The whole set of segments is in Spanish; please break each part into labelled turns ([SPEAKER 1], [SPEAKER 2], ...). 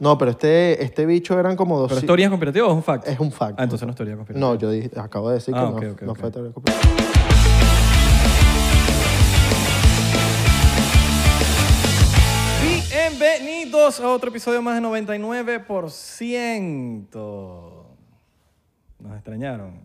[SPEAKER 1] No, pero este, este bicho eran como dos.
[SPEAKER 2] ¿Pero es teoría conspirativa o es un fact?
[SPEAKER 1] Es un fact.
[SPEAKER 2] Ah, entonces no es teoría conspirativa.
[SPEAKER 1] No, yo dije- acabo de decir que
[SPEAKER 2] Ah,
[SPEAKER 1] no,
[SPEAKER 2] ok, ok,
[SPEAKER 1] no
[SPEAKER 2] ok.
[SPEAKER 1] fue teoría conspirativa.
[SPEAKER 2] Bienvenidos a otro episodio más de 99%. Nos extrañaron.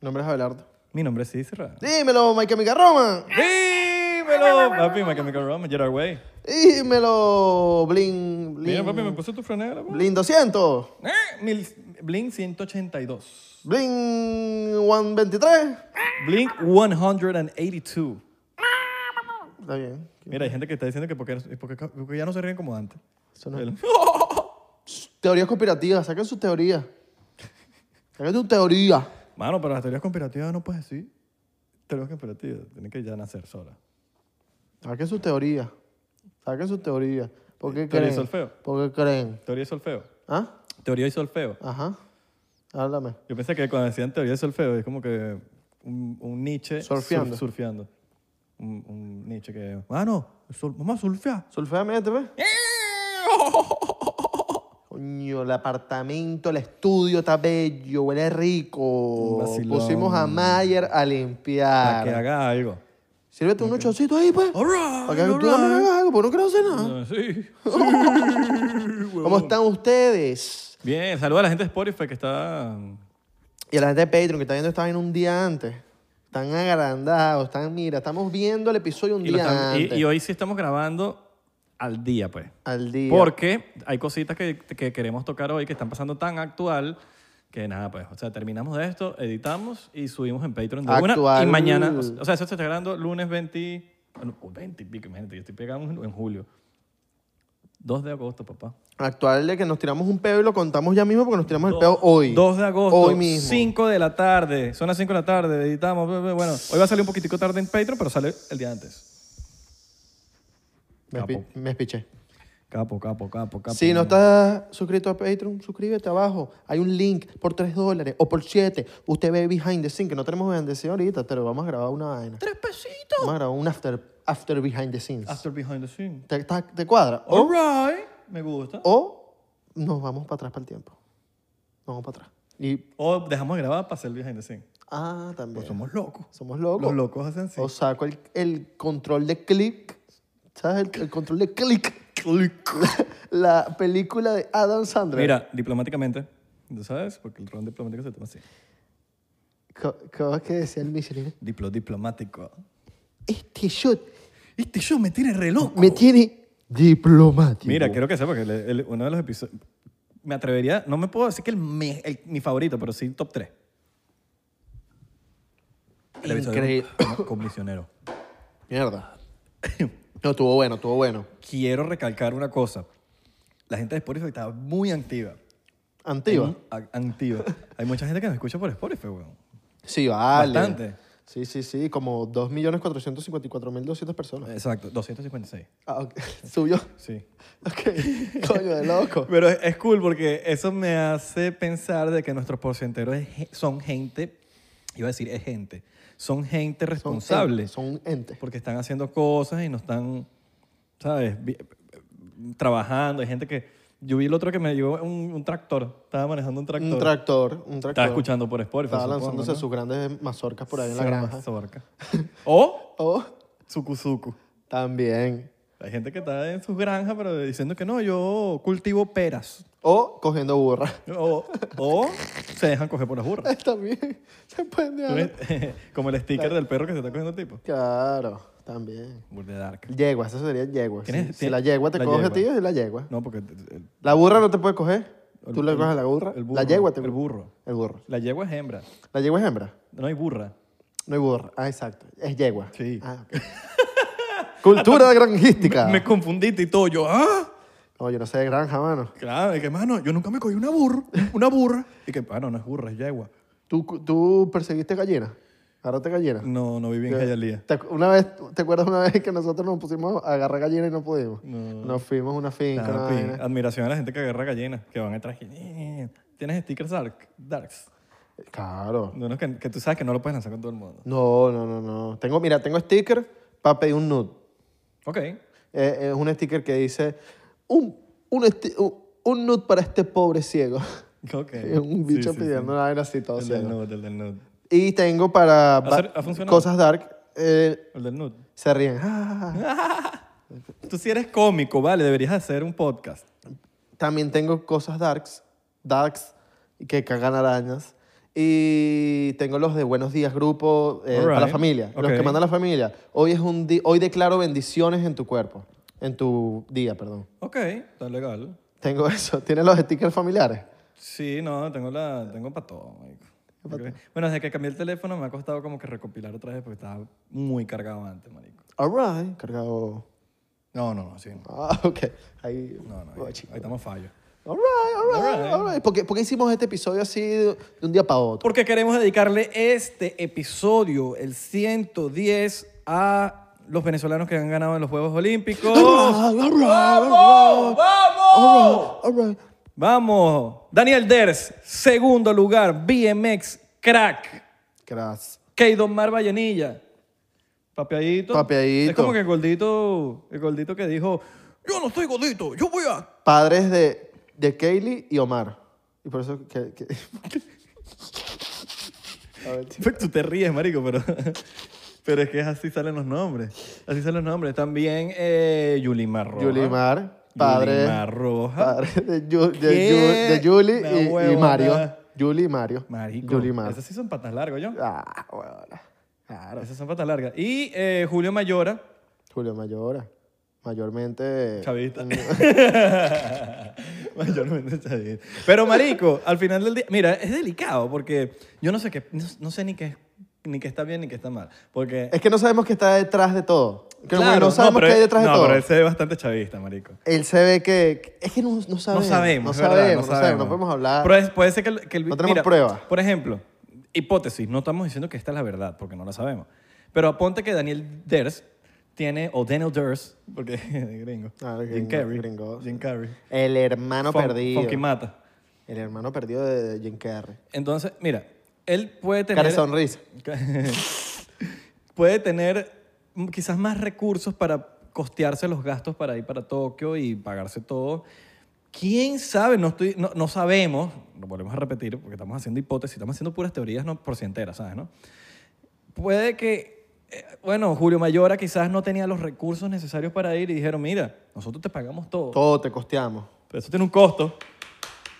[SPEAKER 1] Nombre es Abelardo.
[SPEAKER 2] Mi nombre es Isra.
[SPEAKER 1] Dímelo, Mike Micarroma.
[SPEAKER 2] Dímelo, papi, Michael Michael Roman, Gerard Way.
[SPEAKER 1] Dímelo, Blin. Blin,
[SPEAKER 2] Mira, pues. papi, me puso tu franela. papi.
[SPEAKER 1] Blin 200.
[SPEAKER 2] Eh, mil- Blink 182.
[SPEAKER 1] Blin 123.
[SPEAKER 2] Blink 182.
[SPEAKER 1] Está bien.
[SPEAKER 2] Mira, hay gente que está diciendo que porque, porque- porque ya no se ríen como antes.
[SPEAKER 1] Eso no.
[SPEAKER 2] El-
[SPEAKER 1] Teorías conspirativas, saquen sus teorías. Saquen sus teorías.
[SPEAKER 2] Mano, pero las teorías conspirativas no puedes decir. Teorías conspirativas, tienen que ya nacer solas.
[SPEAKER 1] Saquen sus teorías. Saquen sus teorías. ¿Por qué
[SPEAKER 2] Teoría
[SPEAKER 1] creen?
[SPEAKER 2] y solfeo.
[SPEAKER 1] ¿Por qué creen?
[SPEAKER 2] Teoría y solfeo.
[SPEAKER 1] ¿Ah?
[SPEAKER 2] Teoría y solfeo.
[SPEAKER 1] Ajá. Háblame.
[SPEAKER 2] Yo pensé que cuando decían teoría de solfeo es como que un, un Nietzsche sur-
[SPEAKER 1] Surfeando.
[SPEAKER 2] surfeando. Un, un Nietzsche que, mano, sol, mamá, surfea.
[SPEAKER 1] Solféame este, pues. Coño, el apartamento, el estudio está bello, huele rico.
[SPEAKER 2] Un vacilón.
[SPEAKER 1] Pusimos a Mayer a
[SPEAKER 2] Para que
[SPEAKER 1] limpiar.
[SPEAKER 2] haga algo.
[SPEAKER 1] Sírvete unos chocitos ahí, pues.
[SPEAKER 2] All right,
[SPEAKER 1] Para que
[SPEAKER 2] all
[SPEAKER 1] tú también
[SPEAKER 2] right.
[SPEAKER 1] hagas algo, porque no quiero hacer nada.
[SPEAKER 2] Ah, Sí.
[SPEAKER 1] ¿Cómo están ustedes?
[SPEAKER 2] Bien, saluda a la gente de Spotify que está... mm,
[SPEAKER 1] Y a la gente de Patreon que está viendo esta vaina un día antes. Están agrandados, están, mira, estamos viendo el episodio un
[SPEAKER 2] Y, lo
[SPEAKER 1] día
[SPEAKER 2] están- y-
[SPEAKER 1] antes.
[SPEAKER 2] y hoy sí estamos grabando al día, pues.
[SPEAKER 1] al día.
[SPEAKER 2] Porque hay cositas que, que queremos tocar hoy que están pasando tan actual que nada, pues, o sea, terminamos de esto, editamos y subimos en Patreon de una.
[SPEAKER 1] Actual.
[SPEAKER 2] Y mañana, o sea, eso se está grabando lunes 20, bueno, uy, 20 y pico, imagínate, yo estoy pegado en en julio. 2 de agosto, papá.
[SPEAKER 1] Actual de que nos tiramos un peo y lo contamos ya mismo porque nos tiramos el peo hoy.
[SPEAKER 2] 2 de agosto,
[SPEAKER 1] Hoy mismo.
[SPEAKER 2] 5 de la tarde, son las 5 de la tarde, editamos, bla, bla, bueno, hoy va a salir un poquitico tarde en Patreon, pero sale el día antes.
[SPEAKER 1] Me, espi-
[SPEAKER 2] Capo.
[SPEAKER 1] me espiché.
[SPEAKER 2] Capo, capo, capo, capo.
[SPEAKER 1] Si no estás suscrito a Patreon, suscríbete abajo. Hay un link por 3 dólares o por 7. Usted ve behind the scene, que no tenemos behind the scene ahorita, pero vamos a grabar una vaina.
[SPEAKER 2] Tres pesitos.
[SPEAKER 1] Vamos a grabar un after, after behind the scenes.
[SPEAKER 2] After behind the scene.
[SPEAKER 1] ¿Te, está- te cuadra? O,
[SPEAKER 2] All right. Me gusta.
[SPEAKER 1] o nos vamos para atrás para el tiempo. Nos vamos para atrás. Y,
[SPEAKER 2] O dejamos de grabar para hacer el behind the scene. Eh,
[SPEAKER 1] ah, también. somos,
[SPEAKER 2] Pues Somos
[SPEAKER 1] locos.
[SPEAKER 2] locos. Los locos hacen así.
[SPEAKER 1] O saco el, el control de click. ¿Sabes? El, el control de click. La película de Adam Sandler.
[SPEAKER 2] Mira, diplomáticamente, ¿tú sabes? Porque el ron diplomático se toma así.
[SPEAKER 1] Co- ¿Cómo es que decía el Michelin?
[SPEAKER 2] Diplo diplomático.
[SPEAKER 1] Este shot
[SPEAKER 2] Este show me tiene reloj.
[SPEAKER 1] Me tiene diplomático.
[SPEAKER 2] Mira, quiero que sepa que el- el- uno de los episodios... Me atrevería... No me puedo decir que el, me- el- mi favorito, pero sí top 3. El episodio
[SPEAKER 1] Increíble.
[SPEAKER 2] con- con misionero.
[SPEAKER 1] Mierda. No, estuvo bueno, estuvo bueno.
[SPEAKER 2] Quiero recalcar una cosa. La gente de Spotify estaba muy activa.
[SPEAKER 1] Antigua.
[SPEAKER 2] Ac- Activa. Hay mucha gente que nos escucha por Spotify, weón.
[SPEAKER 1] Sí, vale.
[SPEAKER 2] Bastante.
[SPEAKER 1] Sí, sí, sí, como 2.454.200 personas.
[SPEAKER 2] Exacto, 256.
[SPEAKER 1] Ah, ok. Subió.
[SPEAKER 2] Sí.
[SPEAKER 1] Ok. Coño, de loco.
[SPEAKER 2] Pero es- es cool porque eso me hace pensar de que nuestros porcenteros es ge- son gente, iba a decir es gente, son gente
[SPEAKER 1] Son
[SPEAKER 2] responsable.
[SPEAKER 1] entes, Son entes.
[SPEAKER 2] Porque están haciendo cosas y no están, ¿sabes? Vi- Trabajando. Hay gente que... Yo vi el otro que me llegó un, un tractor. Estaba manejando un tractor.
[SPEAKER 1] Un tractor, un tractor.
[SPEAKER 2] Estaba escuchando por Spotify.
[SPEAKER 1] Estaba
[SPEAKER 2] supongo,
[SPEAKER 1] lanzándose
[SPEAKER 2] ¿no?
[SPEAKER 1] sus grandes mazorcas por ahí en la
[SPEAKER 2] Sí,
[SPEAKER 1] granja.
[SPEAKER 2] Zorca. O
[SPEAKER 1] Oh,
[SPEAKER 2] sucuzuku.
[SPEAKER 1] también.
[SPEAKER 2] Hay gente que está en sus granjas pero diciendo que no, yo cultivo peras.
[SPEAKER 1] O cogiendo burra.
[SPEAKER 2] O, o se dejan coger por las burras.
[SPEAKER 1] también. Se pueden
[SPEAKER 2] Tú
[SPEAKER 1] dejar.
[SPEAKER 2] ves, Como el sticker del perro que se está cogiendo el tipo.
[SPEAKER 1] Claro, también.
[SPEAKER 2] Burda de dark.
[SPEAKER 1] Yegua, esa sería yegua. Si,
[SPEAKER 2] ¿Tienes-
[SPEAKER 1] si
[SPEAKER 2] tienes-
[SPEAKER 1] la yegua te
[SPEAKER 2] la
[SPEAKER 1] coge a ti,
[SPEAKER 2] yegua?
[SPEAKER 1] es la yegua.
[SPEAKER 2] No, porque el,
[SPEAKER 1] La burra no te puede coger.
[SPEAKER 2] El-
[SPEAKER 1] Tú le
[SPEAKER 2] el-
[SPEAKER 1] coges a la burra.
[SPEAKER 2] el
[SPEAKER 1] la
[SPEAKER 2] burro,
[SPEAKER 1] yegua te
[SPEAKER 2] el burro.
[SPEAKER 1] El burro.
[SPEAKER 2] la yegua es hembra.
[SPEAKER 1] ¿La yegua es hembra?
[SPEAKER 2] No hay burra.
[SPEAKER 1] No hay burra. Ah, exacto. Es yegua.
[SPEAKER 2] Sí.
[SPEAKER 1] Ah, ok. Cultura granjística.
[SPEAKER 2] Me confundiste y todo. Yo, ¡ah!
[SPEAKER 1] No, yo no sé de granja, mano.
[SPEAKER 2] Claro, y que, mano, yo nunca me cogí una burra. Una burra. Y que, mano, no es burra, es yegua.
[SPEAKER 1] ¿Tú, tú perseguiste gallinas? ¿Agarraste gallinas?
[SPEAKER 2] No, no viví en
[SPEAKER 1] Yo-
[SPEAKER 2] Jayalía.
[SPEAKER 1] ¿Te, acu- una vez, ¿Te acuerdas una vez que nosotros nos pusimos a agarrar gallinas y no pudimos?
[SPEAKER 2] No.
[SPEAKER 1] Nos fuimos a una finca.
[SPEAKER 2] Nada,
[SPEAKER 1] una
[SPEAKER 2] pi.
[SPEAKER 1] vaina.
[SPEAKER 2] Admiración a la gente que agarra gallinas, que van atrás. y- Tienes stickers dark, darks.
[SPEAKER 1] Claro.
[SPEAKER 2] De unos que, que tú sabes que no lo puedes lanzar con todo el mundo.
[SPEAKER 1] No, no, no, no. Tengo, mira, tengo sticker para pedir un nude.
[SPEAKER 2] Ok.
[SPEAKER 1] Eh, es un sticker que dice un, un, esti- un- un nude para este pobre ciego.
[SPEAKER 2] Ok.
[SPEAKER 1] Es un
[SPEAKER 2] Sí,
[SPEAKER 1] bicho
[SPEAKER 2] sí,
[SPEAKER 1] pidiendo
[SPEAKER 2] sí.
[SPEAKER 1] una vaina así todo
[SPEAKER 2] El del
[SPEAKER 1] ciego.
[SPEAKER 2] nude, el del nude.
[SPEAKER 1] Y tengo para ba-
[SPEAKER 2] ser- ha funcionado?
[SPEAKER 1] cosas dark. eh,
[SPEAKER 2] El del nude.
[SPEAKER 1] se ríen. Ah.
[SPEAKER 2] Tú si eres cómico, vale, deberías hacer un podcast.
[SPEAKER 1] También tengo cosas darks. Darks que cagan arañas. Y tengo los de Buenos Días Grupo eh, para la
[SPEAKER 2] Alright.
[SPEAKER 1] familia. Los que
[SPEAKER 2] Ok.
[SPEAKER 1] manda la familia. Hoy, es un di- hoy declaro bendiciones en tu cuerpo. En tu día, perdón.
[SPEAKER 2] Ok, está legal.
[SPEAKER 1] Tengo eso. ¿Tienes los stickers familiares?
[SPEAKER 2] Sí, no, tengo la tengo para todo, marico. Ok. Bueno, desde que cambié el teléfono me ha costado como que recopilar otra vez porque estaba muy cargado antes, marico.
[SPEAKER 1] All right. Cargado.
[SPEAKER 2] No, no, no, sí. No,
[SPEAKER 1] Ah, ok. Ahí.
[SPEAKER 2] no, no ahí, ahí estamos fallos.
[SPEAKER 1] All right, all right, all right.
[SPEAKER 2] Alright.
[SPEAKER 1] ¿Por, qué, por qué hicimos este episodio así de, de un día para otro?
[SPEAKER 2] Porque queremos dedicarle este episodio, el 110, a los venezolanos que han ganado en los Juegos Olímpicos.
[SPEAKER 1] All right, all right, all right.
[SPEAKER 2] ¡Vamos!
[SPEAKER 1] All right.
[SPEAKER 2] ¡Vamos! Daniel Ders, segundo lugar, BMX Crack.
[SPEAKER 1] Gracias.
[SPEAKER 2] Keidomar Vallenilla. Papeadito.
[SPEAKER 1] Papeadito.
[SPEAKER 2] Es como que el gordito, el gordito que dijo, yo no soy gordito, yo voy a...
[SPEAKER 1] Padres de, de Kaylee y Omar. Y por eso que... que- A ver,
[SPEAKER 2] Tú te ríes, marico, pero... Pero es que es así salen los nombres. Así salen los nombres. También eh, Yulimar Roja.
[SPEAKER 1] Yulimar, padre,
[SPEAKER 2] Yulimar Roja.
[SPEAKER 1] padre de, Yu- de,
[SPEAKER 2] ¿Qué?
[SPEAKER 1] Yu- de Yuli
[SPEAKER 2] Una
[SPEAKER 1] y- y,
[SPEAKER 2] huevona.
[SPEAKER 1] Mario. Yuli y Mario.
[SPEAKER 2] Marico.
[SPEAKER 1] Yuli y Mario.
[SPEAKER 2] Esas sí son patas largas, yo.
[SPEAKER 1] Ah, huevona. Ah, Claro.
[SPEAKER 2] Esas son patas largas. Y eh, Julio Mayora.
[SPEAKER 1] Julio Mayora. Mayormente...
[SPEAKER 2] Chavista. Mayormente chavista. Pero marico, al final del día, mira, es delicado porque yo no sé qué, no, no sé ni qué, ni qué está bien ni qué está mal, porque
[SPEAKER 1] Es que no sabemos qué está detrás de todo. Que no-
[SPEAKER 2] Claro,
[SPEAKER 1] no sabemos
[SPEAKER 2] pero
[SPEAKER 1] qué hay
[SPEAKER 2] él-
[SPEAKER 1] detrás
[SPEAKER 2] no,
[SPEAKER 1] de todo.
[SPEAKER 2] pero él se ve bastante chavista, marico.
[SPEAKER 1] Él se ve que... Es que no, no sabemos.
[SPEAKER 2] No sabemos,
[SPEAKER 1] No
[SPEAKER 2] es verdad,
[SPEAKER 1] sabemos, no sabemos, no podemos hablar.
[SPEAKER 2] Pero es- puede ser que el, que el-
[SPEAKER 1] No tenemos pruebas.
[SPEAKER 2] Por ejemplo, hipótesis, no estamos diciendo que esta es la verdad, porque no la sabemos. Pero aponte que Daniel Ders tiene, o Daniel Ders, porque es gringo,
[SPEAKER 1] Ah,
[SPEAKER 2] Jim
[SPEAKER 1] gringo-
[SPEAKER 2] Carrey,
[SPEAKER 1] gringo.
[SPEAKER 2] Jim Carrey,
[SPEAKER 1] El hermano
[SPEAKER 2] Fun-
[SPEAKER 1] perdido.
[SPEAKER 2] Funky Mata.
[SPEAKER 1] El hermano perdido de de Jim Carrey.
[SPEAKER 2] Entonces, mira, él puede tener...
[SPEAKER 1] Cara de sonrisa.
[SPEAKER 2] puede tener mm, quizás más recursos para costearse los gastos para ir para Tokio y pagarse todo. ¿Quién sabe? No, estoy, no, no sabemos, lo volvemos a repetir porque estamos haciendo hipótesis, estamos haciendo puras teorías no por si enteras, ¿sabes? No? Puede que, eh, bueno, Julio Mayora quizás no tenía los recursos necesarios para ir y dijeron, mira, nosotros te pagamos todo.
[SPEAKER 1] Todo te costeamos.
[SPEAKER 2] Pero eso tiene un costo.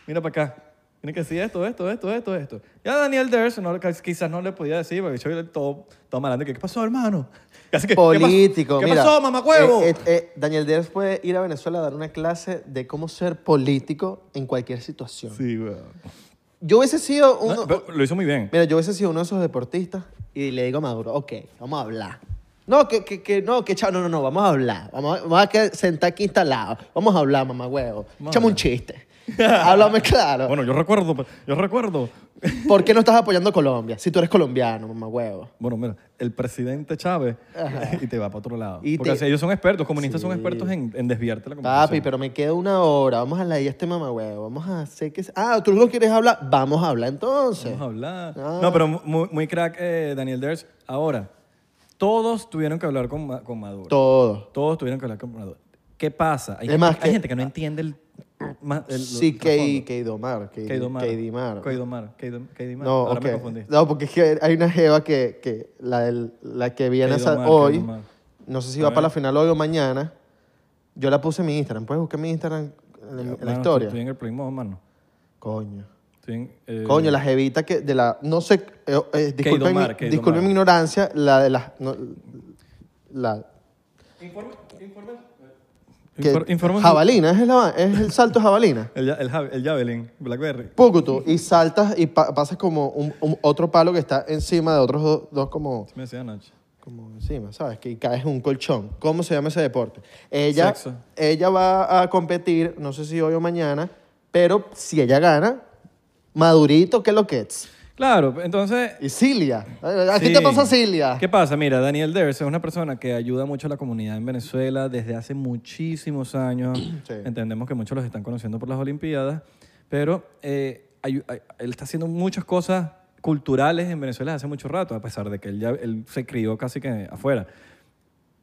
[SPEAKER 2] Mira para acá. Tiene que decir esto, esto, esto, esto, esto. Ya Daniel Ders no, quizás no le podía decir, porque yo todo, todo malando. ¿Qué pasó, hermano? Casi que, ¿qué pasó?
[SPEAKER 1] Político.
[SPEAKER 2] ¿Qué,
[SPEAKER 1] mira.
[SPEAKER 2] pasó, mamacuevo?
[SPEAKER 1] Eh, eh, eh, Daniel Díaz puede ir a Venezuela a dar una clase de cómo ser político en cualquier situación.
[SPEAKER 2] sí, weón.
[SPEAKER 1] Yo hubiese sido
[SPEAKER 2] No,
[SPEAKER 1] uno.
[SPEAKER 2] pero lo hizo muy bien.
[SPEAKER 1] Mira, yo hubiese sido uno de esos deportistas y le digo a Maduro, ok, vamos a hablar. No, que, que, que no, que chao, no, no, no, vamos a hablar. Vamos a, vamos a quedar- sentar aquí instalados. Vamos a hablar, mamá huevo.
[SPEAKER 2] Vamos a
[SPEAKER 1] Échame un
[SPEAKER 2] hablar.
[SPEAKER 1] chiste. Háblame claro.
[SPEAKER 2] Bueno, yo recuerdo, pues, yo recuerdo.
[SPEAKER 1] ¿Por qué no estás apoyando a Colombia? Si tú eres colombiano, mamá huevo.
[SPEAKER 2] Bueno, mira, el presidente Chávez eh, y te va para otro lado.
[SPEAKER 1] Y
[SPEAKER 2] Porque
[SPEAKER 1] te-
[SPEAKER 2] así ellos son expertos, comunistas son
[SPEAKER 1] Sí.
[SPEAKER 2] expertos en, en desviarte la conversación.
[SPEAKER 1] Papi, pero me queda una hora. Vamos a la este mamá huevo. Vamos a hacer que. Ah, tú no quieres hablar. Vamos a hablar entonces.
[SPEAKER 2] Vamos a hablar. No, pero muy, muy crack eh, Daniel Ders. Ahora, todos tuvieron que hablar con, Ma- con Maduro.
[SPEAKER 1] Todo.
[SPEAKER 2] Todos tuvieron que hablar con Maduro. ¿Qué pasa? Hay,
[SPEAKER 1] Es
[SPEAKER 2] gente,
[SPEAKER 1] más
[SPEAKER 2] hay
[SPEAKER 1] que-
[SPEAKER 2] gente que no entiende el... ma- el-
[SPEAKER 1] Sí,
[SPEAKER 2] el
[SPEAKER 1] Kei-
[SPEAKER 2] trasfondo.
[SPEAKER 1] Keidomar. Kei-
[SPEAKER 2] Keidomar.
[SPEAKER 1] Keidimar.
[SPEAKER 2] Keidomar. Keidom- Keidimar.
[SPEAKER 1] No,
[SPEAKER 2] Ahora me
[SPEAKER 1] ok.
[SPEAKER 2] confundí.
[SPEAKER 1] No, porque es que hay una jeva que, que la, del- la que viene esa-
[SPEAKER 2] Keidomar,
[SPEAKER 1] hoy,
[SPEAKER 2] Keidomar.
[SPEAKER 1] no sé si va para la final hoy o mañana, yo la puse en mi Instagram. Puedes buscar mi Instagram en, en
[SPEAKER 2] Mano,
[SPEAKER 1] la
[SPEAKER 2] estoy-
[SPEAKER 1] historia.
[SPEAKER 2] Estoy en el Play Mode, mano.
[SPEAKER 1] Coño.
[SPEAKER 2] Estoy en, eh,
[SPEAKER 1] Coño, la jevita que de la... No sé, eh, eh, disculpen,
[SPEAKER 2] Keidomar,
[SPEAKER 1] mi,
[SPEAKER 2] Keidomar.
[SPEAKER 1] disculpen mi ignorancia, la de las... no, la,
[SPEAKER 2] Informe, informe.
[SPEAKER 1] que-
[SPEAKER 2] Infor- informe-
[SPEAKER 1] jabalina, es, la- es el salto jabalina.
[SPEAKER 2] El, ja- el, ja- el Javelin, Blackberry.
[SPEAKER 1] Pucutu, y saltas y pa- pasas como un, un- otro palo que está encima de otros dos, dos como...
[SPEAKER 2] Se me decía anoche.
[SPEAKER 1] como encima, ¿sabes? Que caes en un colchón. ¿Cómo se llama ese deporte? Ella,
[SPEAKER 2] Sexo.
[SPEAKER 1] ella va a competir, no sé si hoy o mañana, pero si ella gana, Madurito, ¿qué lo que es?
[SPEAKER 2] Claro, entonces...
[SPEAKER 1] Y Cilia. ¿A ti
[SPEAKER 2] Sí.
[SPEAKER 1] te pasa Cilia?
[SPEAKER 2] ¿Qué pasa? Mira, Daniel Devers es una persona que ayuda mucho a la comunidad en Venezuela desde hace muchísimos años. Entendemos que muchos los están conociendo por las Olimpiadas, pero eh, ayu- ay- él está haciendo muchas cosas culturales en Venezuela desde hace mucho rato, a pesar de que él, ya, él se crió casi que afuera.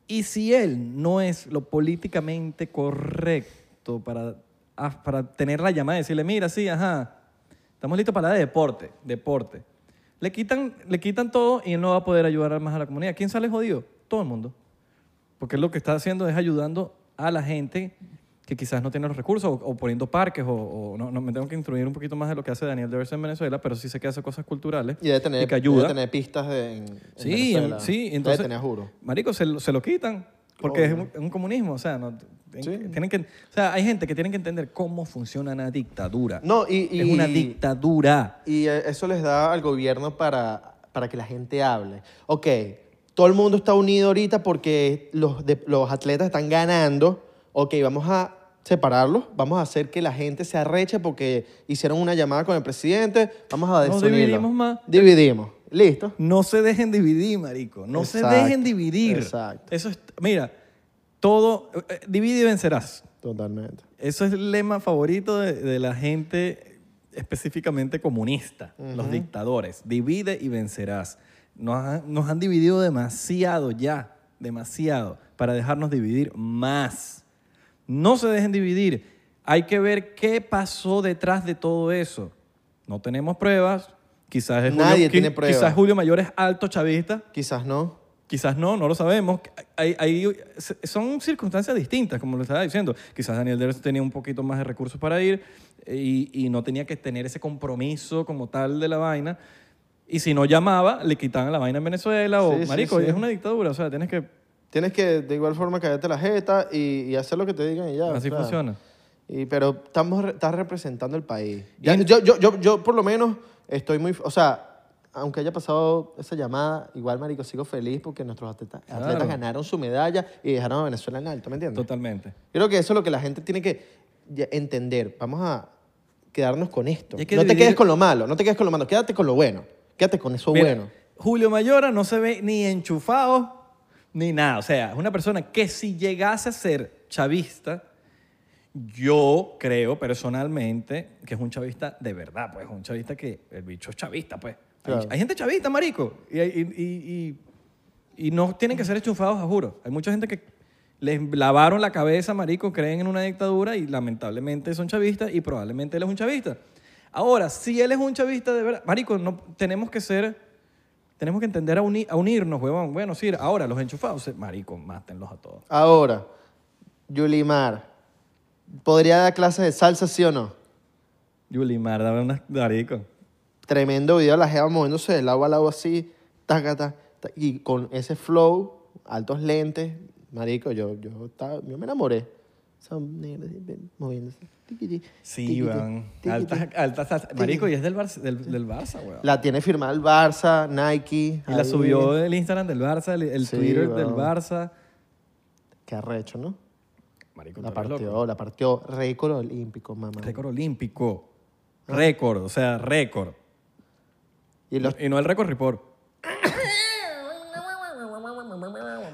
[SPEAKER 2] Y si él no es lo políticamente correcto para, ah, para tener la llamada y decirle, mira, sí, ajá, estamos listos para la de deporte, deporte. Le quitan, le quitan todo y él no va a poder ayudar más a la comunidad. ¿Quién sale jodido? Todo el mundo. Porque él lo que está haciendo es ayudando a la gente que quizás no tiene los recursos o, o poniendo parques o, o- no, no, me tengo que instruir un poquito más de lo que hace Daniel Devers en Venezuela, pero sí sé que hace cosas culturales
[SPEAKER 1] Y debe tener,
[SPEAKER 2] que ayuda.
[SPEAKER 1] debe tener pistas de, en, en
[SPEAKER 2] Sí, en-
[SPEAKER 1] Venezuela.
[SPEAKER 2] sí,
[SPEAKER 1] Debe
[SPEAKER 2] entonces.
[SPEAKER 1] tener, juro.
[SPEAKER 2] Marico, se, lo- se lo quitan porque es un, es un comunismo, o sea, no, tienen que- tienen que, o sea, hay gente que tiene que entender cómo funciona una dictadura.
[SPEAKER 1] No, y- y-
[SPEAKER 2] es una dictadura.
[SPEAKER 1] Y eh, eso les da al gobierno para, para que la gente hable. Ok, todo el mundo está unido ahorita porque los, de- los atletas están ganando. Ok, vamos a separarlos, vamos a hacer que la gente se arreche porque hicieron una llamada con el presidente, vamos a
[SPEAKER 2] Nos
[SPEAKER 1] desunirlos.
[SPEAKER 2] dividimos más.
[SPEAKER 1] Dividimos, listo.
[SPEAKER 2] No se dejen dividir, marico. No se
[SPEAKER 1] Exacto,
[SPEAKER 2] dejen dividir.
[SPEAKER 1] exacto.
[SPEAKER 2] Eso es, mira, todo eh, eh, divide y vencerás.
[SPEAKER 1] Totalmente.
[SPEAKER 2] Eso es el lema favorito de, de la gente específicamente comunista, los dictadores. Divide y vencerás. Nos han, nos han dividido demasiado ya, demasiado, para dejarnos dividir más. No se dejen dividir. Hay que ver qué pasó detrás de todo eso. No tenemos pruebas. Quizás es
[SPEAKER 1] Nadie
[SPEAKER 2] Julio, qui-
[SPEAKER 1] tiene pruebas.
[SPEAKER 2] Quizás Julio Mayor es alto chavista.
[SPEAKER 1] Quizás no.
[SPEAKER 2] Quizás no, no lo sabemos. Hay- hay- son circunstancias distintas, como lo estaba diciendo. Quizás Daniel Devers tenía un poquito más de recursos para ir y, y no tenía que tener ese compromiso como tal de la vaina. Y si no llamaba, le quitaban la vaina en Venezuela o,
[SPEAKER 1] Sí, sí,
[SPEAKER 2] marico,
[SPEAKER 1] sí.
[SPEAKER 2] es una dictadura. O sea, tienes que...
[SPEAKER 1] Tienes que de igual forma callarte la jeta y, y hacer lo que te digan y ya.
[SPEAKER 2] Así
[SPEAKER 1] o sea.
[SPEAKER 2] funciona.
[SPEAKER 1] Y, pero estamos, re- estás representando el país.
[SPEAKER 2] Y-
[SPEAKER 1] Ya- yo, yo, yo, yo por lo menos estoy muy... O sea, aunque haya pasado esa llamada, igual, marico, sigo feliz porque nuestros atleta-
[SPEAKER 2] Claro.
[SPEAKER 1] atletas ganaron su medalla y dejaron a Venezuela en alto, ¿me entiendes?
[SPEAKER 2] Totalmente.
[SPEAKER 1] Yo creo que eso es lo que la gente tiene que ya- entender. Vamos a quedarnos con esto.
[SPEAKER 2] Y hay que
[SPEAKER 1] no te
[SPEAKER 2] dividir-
[SPEAKER 1] quedes con lo malo, no te quedes con lo malo. Quédate con lo bueno. Quédate con eso
[SPEAKER 2] Mira,
[SPEAKER 1] bueno.
[SPEAKER 2] Julio Mayora no se ve ni enchufado ni nada. O sea, es una persona que si llegase a ser chavista, yo creo personalmente que es un chavista de verdad, pues. Un chavista que el bicho es chavista, pues. Hay-
[SPEAKER 1] Claro.
[SPEAKER 2] Hay, gente chavista, marico. Y, hay- y- y- y- y no tienen que ser enchufados, a juro. Hay mucha gente que les lavaron la cabeza, marico, creen en una dictadura y lamentablemente son chavistas y probablemente él es un chavista. Ahora, si él es un chavista de verdad, marico, no, tenemos que ser... Tenemos que entender a, uni- a unirnos, huevón. Bueno, sí, ahora los enchufados, eh, marico, mátenlos a todos.
[SPEAKER 1] Ahora, Yulimar, ¿podría dar clases de salsa, sí o no?
[SPEAKER 2] Yulimar, dame unas, marico.
[SPEAKER 1] Tremendo video, la jeva moviéndose del lado al lado así, tacata, y con ese flow, altos lentes, marico, yo, yo, estaba- yo me enamoré. Son negros así, ven, moviéndose. tiquití,
[SPEAKER 2] Sí,
[SPEAKER 1] tiquití,
[SPEAKER 2] weón.
[SPEAKER 1] tiquití.
[SPEAKER 2] Altas, altas, altas- Marico, y es del Barça, del, del Barça weón.
[SPEAKER 1] La tiene firmada el Barça, Nike.
[SPEAKER 2] y la
[SPEAKER 1] ahí.
[SPEAKER 2] subió del Instagram del Barça, el, el
[SPEAKER 1] Sí,
[SPEAKER 2] Twitter del
[SPEAKER 1] weón.
[SPEAKER 2] Barça.
[SPEAKER 1] Qué arrecho, ¿no?
[SPEAKER 2] Marico,
[SPEAKER 1] La
[SPEAKER 2] tú eres loco.
[SPEAKER 1] partió, la partió. Récord olímpico, mamá.
[SPEAKER 2] Récord olímpico.
[SPEAKER 1] Ah.
[SPEAKER 2] Récord, o sea, récord.
[SPEAKER 1] Y los
[SPEAKER 2] Y no el récord report.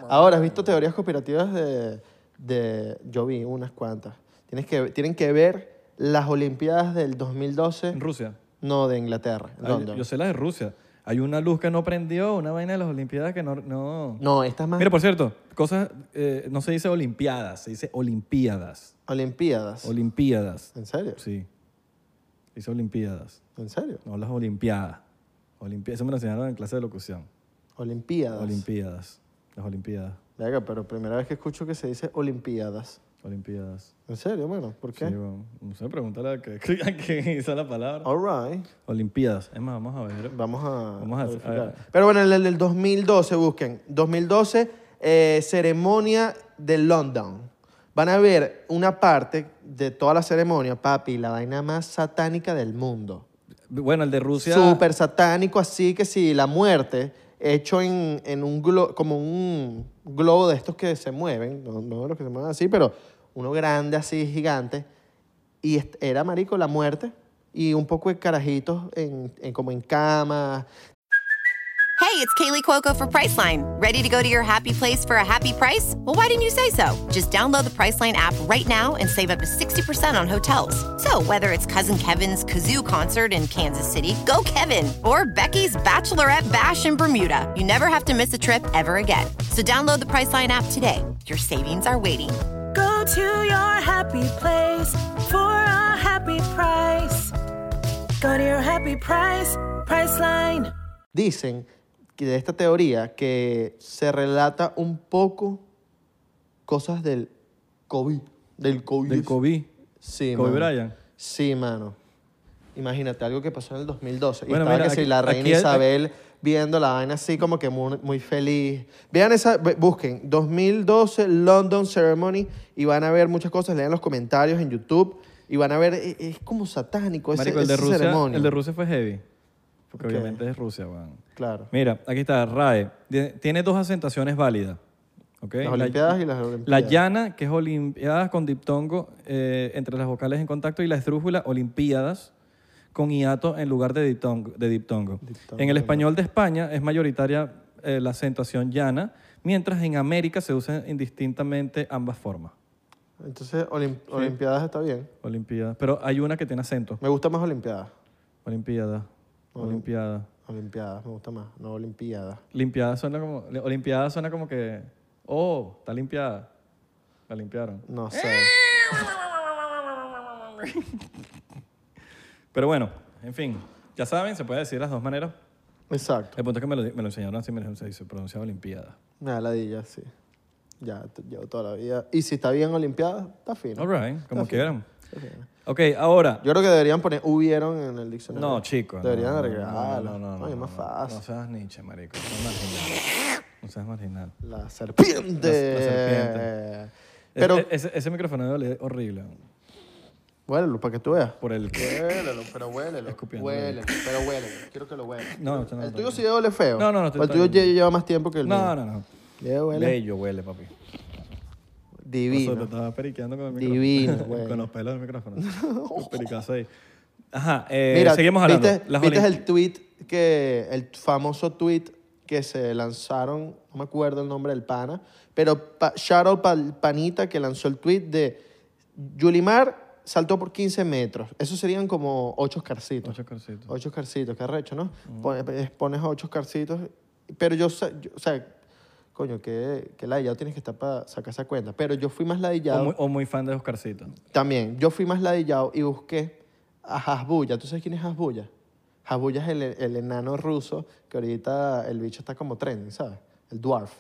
[SPEAKER 1] Ahora, ¿has visto teorías conspirativas de, de- Yo vi unas cuantas. Tienes que, tienen que ver las Olimpiadas del 2012.
[SPEAKER 2] En Rusia.
[SPEAKER 1] No, de Inglaterra.
[SPEAKER 2] Ay,
[SPEAKER 1] London.
[SPEAKER 2] Ah, yo sé la de Rusia. Hay una luz que no prendió, una vaina de las Olimpiadas que no... no.
[SPEAKER 1] No, estas más
[SPEAKER 2] Mira, por cierto, cosas, eh, no se dice olimpiadas, se dice olimpiadas.
[SPEAKER 1] Olimpiadas.
[SPEAKER 2] Olimpiadas.
[SPEAKER 1] ¿En serio?
[SPEAKER 2] Sí. Dice olimpiadas.
[SPEAKER 1] ¿En serio?
[SPEAKER 2] No las olimpiadas. Olimpi- Eso me lo enseñaron en clase de locución.
[SPEAKER 1] Olimpiadas.
[SPEAKER 2] Olimpiadas. Las olimpiadas.
[SPEAKER 1] Venga, pero primera vez que escucho que se dice Olimpiadas.
[SPEAKER 2] Olimpiadas.
[SPEAKER 1] ¿En serio? Bueno, ¿por qué?
[SPEAKER 2] Sí, bueno, no sé, pregúntale a que- a quién hizo la palabra.
[SPEAKER 1] All right.
[SPEAKER 2] Olimpiadas. Es más, vamos a ver.
[SPEAKER 1] Vamos a.
[SPEAKER 2] Vamos a-
[SPEAKER 1] verificar.
[SPEAKER 2] a ver.
[SPEAKER 1] Pero bueno, el el del 2012, busquen. 2012, eh, ceremonia de London. Van a ver una parte de toda la ceremonia, papi, la vaina más satánica del mundo.
[SPEAKER 2] Bueno, el de Rusia.
[SPEAKER 1] Súper satánico, así que si la muerte hecho en, en un globo, como un globo de estos que se mueven, no, no los que se mueven así, pero uno grande así, gigante, y est- era marico la muerte y un poco de carajitos en, en- como en camas.
[SPEAKER 3] Hey, it's Kaylee Cuoco for Priceline. Ready to go to your happy place for a happy price? Well, why didn't you say so? Just download the Priceline app right now and save up to 60% on hotels. So, whether it's Cousin Kevin's Kazoo concert in Kansas City, go Kevin, or Becky's Bachelorette Bash in Bermuda, you never have to miss a trip ever again. So, download the Priceline app today. Your savings are waiting.
[SPEAKER 4] Go to your happy place for a happy price. Go to your happy price, Priceline.
[SPEAKER 1] Dicen que de esta teoría que se relata un poco cosas del COVID. Del COVID.
[SPEAKER 2] Del COVID.
[SPEAKER 1] Sí,
[SPEAKER 2] Kobe
[SPEAKER 1] mano.
[SPEAKER 2] Bryant.
[SPEAKER 1] Sí, mano. Imagínate algo que pasó en el 2012. y
[SPEAKER 2] Bueno,
[SPEAKER 1] estaba
[SPEAKER 2] mira,
[SPEAKER 1] que si
[SPEAKER 2] aquí-
[SPEAKER 1] la reina
[SPEAKER 2] aquí-
[SPEAKER 1] Isabel viendo la vaina así como que muy, muy feliz. Vean esa, bu- busquen 2012 London Ceremony y van a ver muchas cosas. Lean los comentarios en YouTube y van a ver. e- Es, como satánico Pues ese,
[SPEAKER 2] Marico, el de,
[SPEAKER 1] esa
[SPEAKER 2] Rusia,
[SPEAKER 1] ceremonia.
[SPEAKER 2] el de Rusia fue heavy. Porque
[SPEAKER 1] Ok.
[SPEAKER 2] obviamente es Rusia, weón.
[SPEAKER 1] Claro.
[SPEAKER 2] Mira, aquí está, RAE. Die- Tiene dos asentaciones válidas. ¿ok?
[SPEAKER 1] Las
[SPEAKER 2] La-
[SPEAKER 1] Olimpiadas y las Olimpiadas.
[SPEAKER 2] La llana, que es Olimpiadas con diptongo eh, entre las vocales en contacto, y la esdrújula, Olimpiadas con hiato en lugar de diptongo. De diptongo. en el español de España es mayoritaria eh, la acentuación llana, mientras en América se usan indistintamente ambas formas.
[SPEAKER 1] Entonces, olim- Olimpiadas está bien.
[SPEAKER 2] Olimpiadas. Pero hay una que tiene acento.
[SPEAKER 1] Me gusta más Olimpiadas.
[SPEAKER 2] Olimpiada. Oh. Olimpiada.
[SPEAKER 1] Olimpiadas, me gusta más. No Olimpiadas.
[SPEAKER 2] Limpiada suena como. le- Olimpiada suena como que. Oh, está limpiada. La limpiaron.
[SPEAKER 1] No sé.
[SPEAKER 2] ¡Eh! Pero bueno, en fin. Ya saben, se puede decir las dos maneras.
[SPEAKER 1] Exacto.
[SPEAKER 2] El punto es que me lo, di- me lo enseñaron así, me dijeron, se dice pronuncia Olimpiada.
[SPEAKER 1] Nada, ladilla, sí. Ya, t- llevo toda la vida. Y si está bien Olimpiada, está fino.
[SPEAKER 2] All right, como
[SPEAKER 1] Está
[SPEAKER 2] quieran.
[SPEAKER 1] fino. Ok.
[SPEAKER 2] Ok, ahora.
[SPEAKER 1] Yo creo que deberían poner hubieron en el diccionario.
[SPEAKER 2] No, chicos.
[SPEAKER 1] Deberían
[SPEAKER 2] no, no,
[SPEAKER 1] agregarlo.
[SPEAKER 2] No, no, no. no,
[SPEAKER 1] Ay,
[SPEAKER 2] no,
[SPEAKER 1] más
[SPEAKER 2] no,
[SPEAKER 1] fácil.
[SPEAKER 2] No seas Nietzsche, marico. No seas marginal. No seas marginal.
[SPEAKER 1] La serpiente.
[SPEAKER 2] La- la serpiente.
[SPEAKER 1] Pero,
[SPEAKER 2] Ese- E- ese, ese micrófono es horrible.
[SPEAKER 1] huélelo para que tú veas.
[SPEAKER 2] Por el.
[SPEAKER 1] Huélelo, pero huélelo.
[SPEAKER 2] Escupiendo.
[SPEAKER 1] Huélelo, pero huélelo. Quiero que lo huelas.
[SPEAKER 2] No, esto no,
[SPEAKER 1] el
[SPEAKER 2] está
[SPEAKER 1] tuyo
[SPEAKER 2] bien.
[SPEAKER 1] sí huele feo.
[SPEAKER 2] No, no, no,
[SPEAKER 1] Pero El
[SPEAKER 2] está
[SPEAKER 1] tuyo
[SPEAKER 2] bien.
[SPEAKER 1] lle- lleva más tiempo que el mío.
[SPEAKER 2] No, no, no.
[SPEAKER 1] Ya huele
[SPEAKER 2] Bello huele, papi. Eso te
[SPEAKER 1] divino.
[SPEAKER 2] estaba periqueando con el micrófono.
[SPEAKER 1] Divino, güey.
[SPEAKER 2] con los pelos del micrófono. Un pericazo ahí. Ajá, eh,
[SPEAKER 1] Mira,
[SPEAKER 2] seguimos hablando.
[SPEAKER 1] ¿viste,
[SPEAKER 2] Las
[SPEAKER 1] viste
[SPEAKER 2] olim-
[SPEAKER 1] el tweet que el famoso tweet que se lanzaron, no me acuerdo el nombre del pana, pero pa, shout out pa'l panita que lanzó el tweet de Yulimar saltó por 15 metros. Eso serían como 8 escarcitos.
[SPEAKER 2] Ocho escarcitos. Mm.
[SPEAKER 1] 8 escarcitos, qué arrecho, ¿no? Pone- Pones, 8 escarcitos, pero yo, sa- yo- o sea, coño, que, que ladillado tienes que estar para sacar esa cuenta, pero yo fui más ladillado.
[SPEAKER 2] o, muy, o muy fan de Oscarcito.
[SPEAKER 1] También, yo fui más ladillado y busqué a Hasbulla. ¿Tú sabes quién es Hasbulla? Hasbulla es el, el enano ruso que ahorita el bicho está como trending, ¿sabes? El dwarf.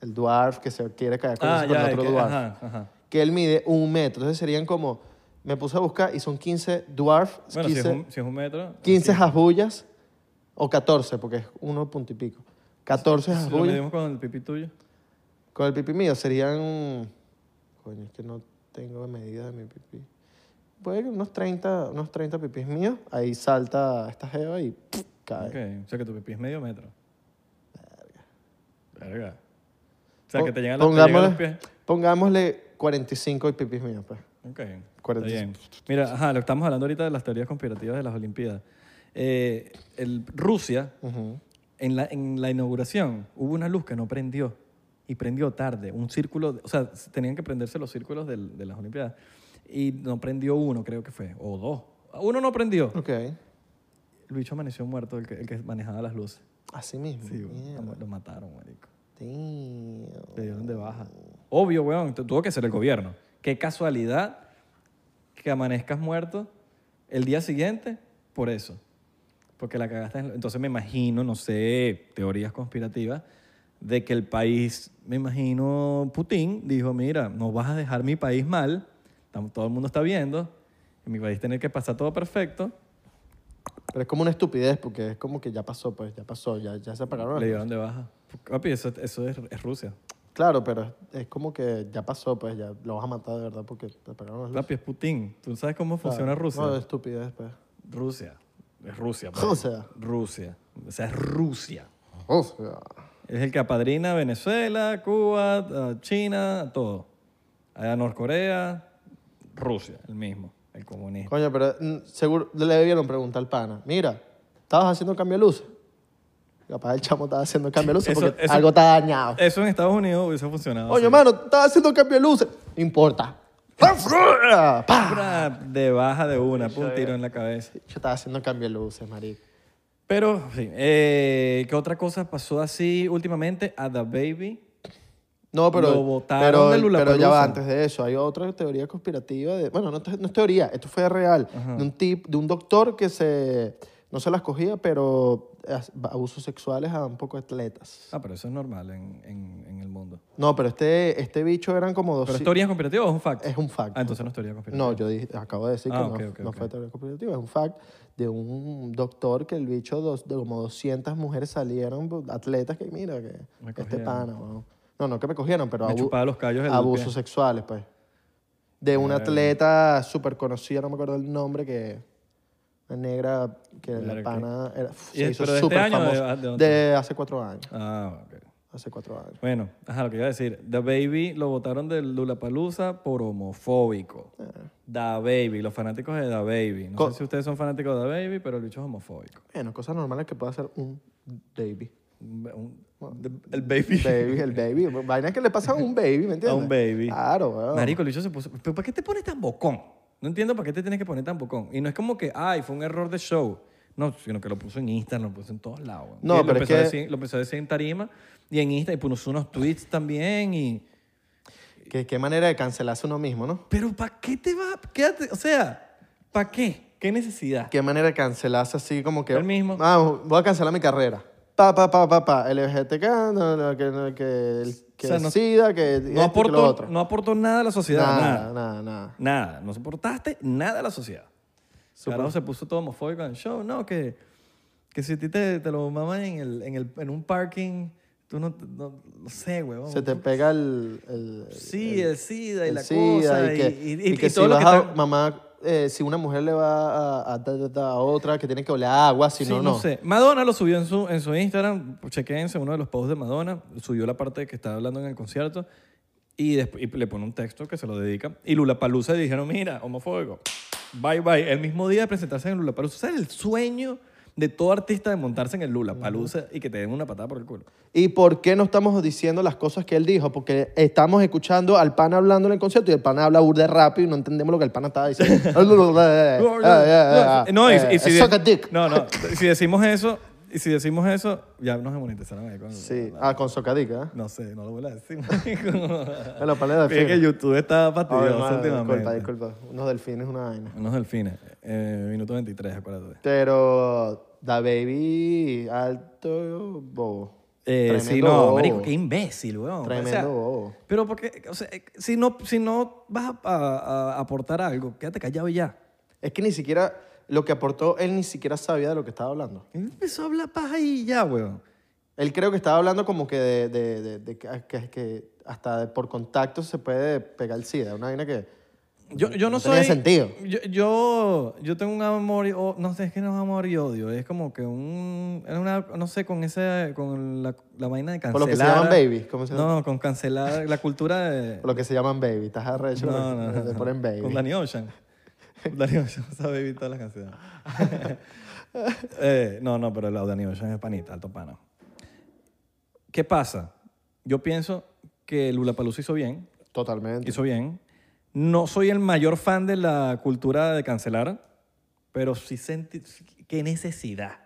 [SPEAKER 1] El dwarf que se quiere caer con,
[SPEAKER 2] Ah,
[SPEAKER 1] con
[SPEAKER 2] ya,
[SPEAKER 1] otro
[SPEAKER 2] que-
[SPEAKER 1] dwarf.
[SPEAKER 2] ajá, ajá.
[SPEAKER 1] Que él mide un metro. Entonces serían como, me puse a buscar y son 15 dwarfs,
[SPEAKER 2] Bueno, si,
[SPEAKER 1] 15,
[SPEAKER 2] es un, si es un metro.
[SPEAKER 1] 15 hasbullas o 14, porque es uno punto y pico. 14
[SPEAKER 2] Si lo
[SPEAKER 1] hasbullas.
[SPEAKER 2] medimos con el pipí tuyo.
[SPEAKER 1] Con el pipí mío serían. Coño, es que no tengo medida de mi pipí. Puede que unos 30, unos 30 pipís míos. Ahí salta esta jeva y ¡puf! cae.
[SPEAKER 2] Ok, o sea que tu pipí es medio metro. Verga. Verga. O sea, que te llegan, los- te llegan
[SPEAKER 1] pongámosle,
[SPEAKER 2] los pies.
[SPEAKER 1] pongámosle 45 pipís míos, pues.
[SPEAKER 2] Ok. Está
[SPEAKER 1] Cuarenta y
[SPEAKER 2] bien. Mira, ajá, lo que estamos hablando ahorita de las teorías conspirativas de las Olimpiadas. Eh, el, Rusia, en, la, en la inauguración, hubo una luz que no prendió y prendió tarde. Un círculo, de- o sea, s- tenían que prenderse los círculos del- de las Olimpiadas y no prendió uno, creo que fue, o dos. Uno no prendió.
[SPEAKER 1] Ok.
[SPEAKER 2] El bicho amaneció muerto, el que, el que manejaba las luces.
[SPEAKER 1] Así mismo.
[SPEAKER 2] Sí, weón,
[SPEAKER 1] Mierda.
[SPEAKER 2] lo, lo mataron, marico.
[SPEAKER 1] Tío.
[SPEAKER 2] Le dieron de baja. Obvio, weón, tu- tuvo que ser el gobierno. Qué casualidad que amanezcas muerto el día siguiente por eso. Porque la cagaste. en- Entonces me imagino, no sé, teorías conspirativas de que el país, me imagino, Putin dijo, mira, no vas a dejar mi país mal, tam- todo el mundo está viendo, en mi país tener que pasar todo perfecto,
[SPEAKER 1] Pero es como una estupidez porque es como que ya pasó, pues ya pasó, ya, ya se apagaron.
[SPEAKER 2] le dieron de baja. Papi, eso, eso es, es Rusia.
[SPEAKER 1] Claro, pero es, es como que ya pasó, pues ya lo vas a matar de verdad porque te apagaron las
[SPEAKER 2] Papi, es Putin. ¿Tú sabes cómo funciona
[SPEAKER 1] luces.
[SPEAKER 2] Rusia?
[SPEAKER 1] No, es estupidez, pues.
[SPEAKER 2] Rusia. Es Rusia.
[SPEAKER 1] Rusia.
[SPEAKER 2] Rusia. O sea, es Rusia.
[SPEAKER 1] O sea,
[SPEAKER 2] Es el que apadrina a Venezuela, Cuba, a China, a todo. A Norcorea, Rusia, el mismo, el comunista.
[SPEAKER 1] coño, pero mm, seguro le debieron preguntar al pana. Mira, ¿estabas haciendo cambio de luces? Capaz el chamo estaba haciendo cambio de luces
[SPEAKER 2] Eso-
[SPEAKER 1] porque
[SPEAKER 2] eso-
[SPEAKER 1] algo está dañado.
[SPEAKER 2] Eso en Estados Unidos hubiese funcionado.
[SPEAKER 1] Coño,
[SPEAKER 2] sí.
[SPEAKER 1] mano, estaba haciendo cambio de luces. No importa. ah, ¡Pa!
[SPEAKER 2] Una de baja de una, pum, tiro en la cabeza.
[SPEAKER 1] Yo estaba haciendo cambio de luces, marico.
[SPEAKER 2] Pero, sí. eh, ¿Qué otra cosa pasó así últimamente? A The Baby.
[SPEAKER 1] No, pero,
[SPEAKER 2] Lo
[SPEAKER 1] pero,
[SPEAKER 2] botaron de
[SPEAKER 1] pero ya
[SPEAKER 2] Lollapalooza.
[SPEAKER 1] va antes de eso. Hay otra teoría conspirativa. De, bueno, no, te- no es teoría, esto fue real. De un, tip, de un doctor que se, no se las cogía, pero as- abusos sexuales a un poco de atletas.
[SPEAKER 2] Ah, pero eso es normal en, en- en el mundo.
[SPEAKER 1] No, pero este, este bicho eran como dos...
[SPEAKER 2] ¿Pero es teoría conspirativa o es un fact?
[SPEAKER 1] Es un fact.
[SPEAKER 2] Ah, entonces no es teoría conspirativa.
[SPEAKER 1] No, yo dije- acabo de decir
[SPEAKER 2] Ah,
[SPEAKER 1] que
[SPEAKER 2] ok,
[SPEAKER 1] no,
[SPEAKER 2] ok,
[SPEAKER 1] no
[SPEAKER 2] ok.
[SPEAKER 1] fue teoría conspirativa, es un fact de un doctor que el bicho, dos- de como 200 mujeres salieron, bu- atletas que mira, que
[SPEAKER 2] Me
[SPEAKER 1] este
[SPEAKER 2] cogieron.
[SPEAKER 1] pana, weón. no, no que me cogieron, pero
[SPEAKER 2] Me chupaba los callos del
[SPEAKER 1] abusos
[SPEAKER 2] pie.
[SPEAKER 1] sexuales, pues. De una atleta súper conocida, no me acuerdo el nombre, que una negra que la
[SPEAKER 2] Verga,
[SPEAKER 1] pana era, uf,
[SPEAKER 2] ¿Y
[SPEAKER 1] se
[SPEAKER 2] es-
[SPEAKER 1] hizo
[SPEAKER 2] pero de este
[SPEAKER 1] súper
[SPEAKER 2] año o de-
[SPEAKER 1] famosa.
[SPEAKER 2] de dónde?
[SPEAKER 1] de hace cuatro años,
[SPEAKER 2] Ah, ok.
[SPEAKER 1] hace cuatro años.
[SPEAKER 2] Bueno, ajá, lo que iba a decir. The Baby lo votaron del Lulapalooza por homofóbico. Da Baby, los fanáticos de Da Baby. No
[SPEAKER 1] Ah. Co-
[SPEAKER 2] sé si ustedes son fanáticos de Da Baby, pero el bicho es homofóbico.
[SPEAKER 1] Bueno, cosas normales que puede hacer un baby.
[SPEAKER 2] Un- un- de- el Baby.
[SPEAKER 1] baby, el baby. Vaina que le pasa a un baby, ¿me entiendes?
[SPEAKER 2] A un baby.
[SPEAKER 1] Claro, weón.
[SPEAKER 2] Marico, el bicho se puso. ¿Pero para qué te pones tan bocón? No entiendo para qué te tienes que poner tan bocón. Y no es como que, ay, fue un error de show. No, sino que lo puso en Instagram, lo puso en todos lados.
[SPEAKER 1] No,
[SPEAKER 2] Y
[SPEAKER 1] pero es
[SPEAKER 2] lo empezó a
[SPEAKER 1] que-
[SPEAKER 2] decir- lo empezó a decir en Tarima y en Instagram y puso unos tweets también y.
[SPEAKER 1] ¿Qué, qué manera de cancelarse uno mismo, ¿no?
[SPEAKER 2] Pero ¿para qué te va? Quédate, o sea, ¿para qué? ¿Qué necesidad?
[SPEAKER 1] Qué manera de cancelarse así como que...
[SPEAKER 2] El mismo.
[SPEAKER 1] Ah, voy a cancelar mi carrera. Pa, pa, pa, pa, pa. LGTQ, no, no, que, no, que el que
[SPEAKER 2] O sea,
[SPEAKER 1] el
[SPEAKER 2] no-
[SPEAKER 1] SIDA, que
[SPEAKER 2] No
[SPEAKER 1] esto, que lo
[SPEAKER 2] aportó,
[SPEAKER 1] otro.
[SPEAKER 2] no aportó nada a la sociedad,
[SPEAKER 1] nada,
[SPEAKER 2] nada.
[SPEAKER 1] nada, nada.
[SPEAKER 2] Nada, no soportaste nada a la sociedad. Carajo, se puso todo homofóbico en el show, no, que, que si a ti te, te lo maman en, el, en, el, en un parking, tú no, no, no sé, huevón.
[SPEAKER 1] Se te pega el... el
[SPEAKER 2] Sí, el, SIDA y
[SPEAKER 1] el
[SPEAKER 2] la
[SPEAKER 1] SIDA
[SPEAKER 2] cosa. Y,
[SPEAKER 1] que,
[SPEAKER 2] y-
[SPEAKER 1] y
[SPEAKER 2] y-
[SPEAKER 1] que
[SPEAKER 2] y
[SPEAKER 1] si
[SPEAKER 2] todo lo
[SPEAKER 1] vas
[SPEAKER 2] que
[SPEAKER 1] a-
[SPEAKER 2] está-
[SPEAKER 1] mamá... eh, si una mujer le va a, a, da- da- da a otra, que tiene que oler agua, si
[SPEAKER 2] Sí,
[SPEAKER 1] no,
[SPEAKER 2] no sé. Madonna lo subió en su, en su Instagram. Chequense uno de los posts de Madonna. Subió la parte que estaba hablando en el concierto. Y, desp- y le pone un texto que se lo dedica. Y Lula Palusa dijeron: Mira, homofóbico. Bye bye. El mismo día de presentarse en Lula Palusa. ¿Sabes el sueño de todo artista de montarse en el Lula Palusa y que te den una patada por el culo?
[SPEAKER 1] ¿Y por qué no estamos diciendo las cosas que él dijo? Porque estamos escuchando al pana hablando en el concierto y el pana habla burda rápido y no entendemos lo que el pana estaba diciendo. Eh,
[SPEAKER 2] No, y- y si de-
[SPEAKER 1] Suck a dick.
[SPEAKER 2] no, no. Si decimos eso, y si decimos eso, ya nos demonetizaron ahí. con-
[SPEAKER 1] Sí, ah, con Suck a dick, ¿eh?
[SPEAKER 2] No sé, no lo voy a decir. marico.
[SPEAKER 1] Bueno, ponle delfines.
[SPEAKER 2] Es que YouTube está
[SPEAKER 1] Ay,
[SPEAKER 2] fastidioso
[SPEAKER 1] madre,
[SPEAKER 2] últimamente.
[SPEAKER 1] disculpa, disculpa. Unos delfines, una vaina.
[SPEAKER 2] Unos delfines. Eh, minuto 23, acuérdate.
[SPEAKER 1] Pero Da Baby, alto bobo.
[SPEAKER 2] Eh, sí,
[SPEAKER 1] Tremendo
[SPEAKER 2] no,
[SPEAKER 1] bobo.
[SPEAKER 2] marico, qué imbécil, weón.
[SPEAKER 1] Tremendo
[SPEAKER 2] O sea,
[SPEAKER 1] bobo.
[SPEAKER 2] Pero porque, o sea, eh, si no, si no vas a, a- a aportar algo, quédate callado y ya.
[SPEAKER 1] Es que ni siquiera, lo que aportó, él ni siquiera sabía de lo que estaba hablando.
[SPEAKER 2] Él empezó a hablar paja y ya, weón.
[SPEAKER 1] Él creo que estaba hablando como que de, de- de- de que- ah, que, que hasta de- por contacto se puede pegar el SIDA. Una vaina que...
[SPEAKER 2] Yo, yo no,
[SPEAKER 1] No
[SPEAKER 2] soy.
[SPEAKER 1] tenía sentido.
[SPEAKER 2] Yo, yo, yo tengo un amor y o- no sé, es que no es amor y odio. Es como que un. era una- no sé, con esa. Con la, la vaina de
[SPEAKER 1] Por lo
[SPEAKER 2] cancelar.
[SPEAKER 1] que se llaman babies, ¿cómo se llama?
[SPEAKER 2] No, con cancelar la cultura de.
[SPEAKER 1] Por Lo que se llaman baby. Estás arrecho.
[SPEAKER 2] No, no, no.
[SPEAKER 1] Te
[SPEAKER 2] no.
[SPEAKER 1] ponen baby.
[SPEAKER 2] Con Danny Ocean. Con Danny Ocean sabe vivir todas las canciones. Eh, no, no, pero el Danny Ocean es panita, alto pana. ¿Qué pasa? Yo pienso que Lula Palusa hizo bien,
[SPEAKER 1] Totalmente.
[SPEAKER 2] hizo bien. No soy el mayor fan de la cultura de cancelar, pero sí sentí qué necesidad.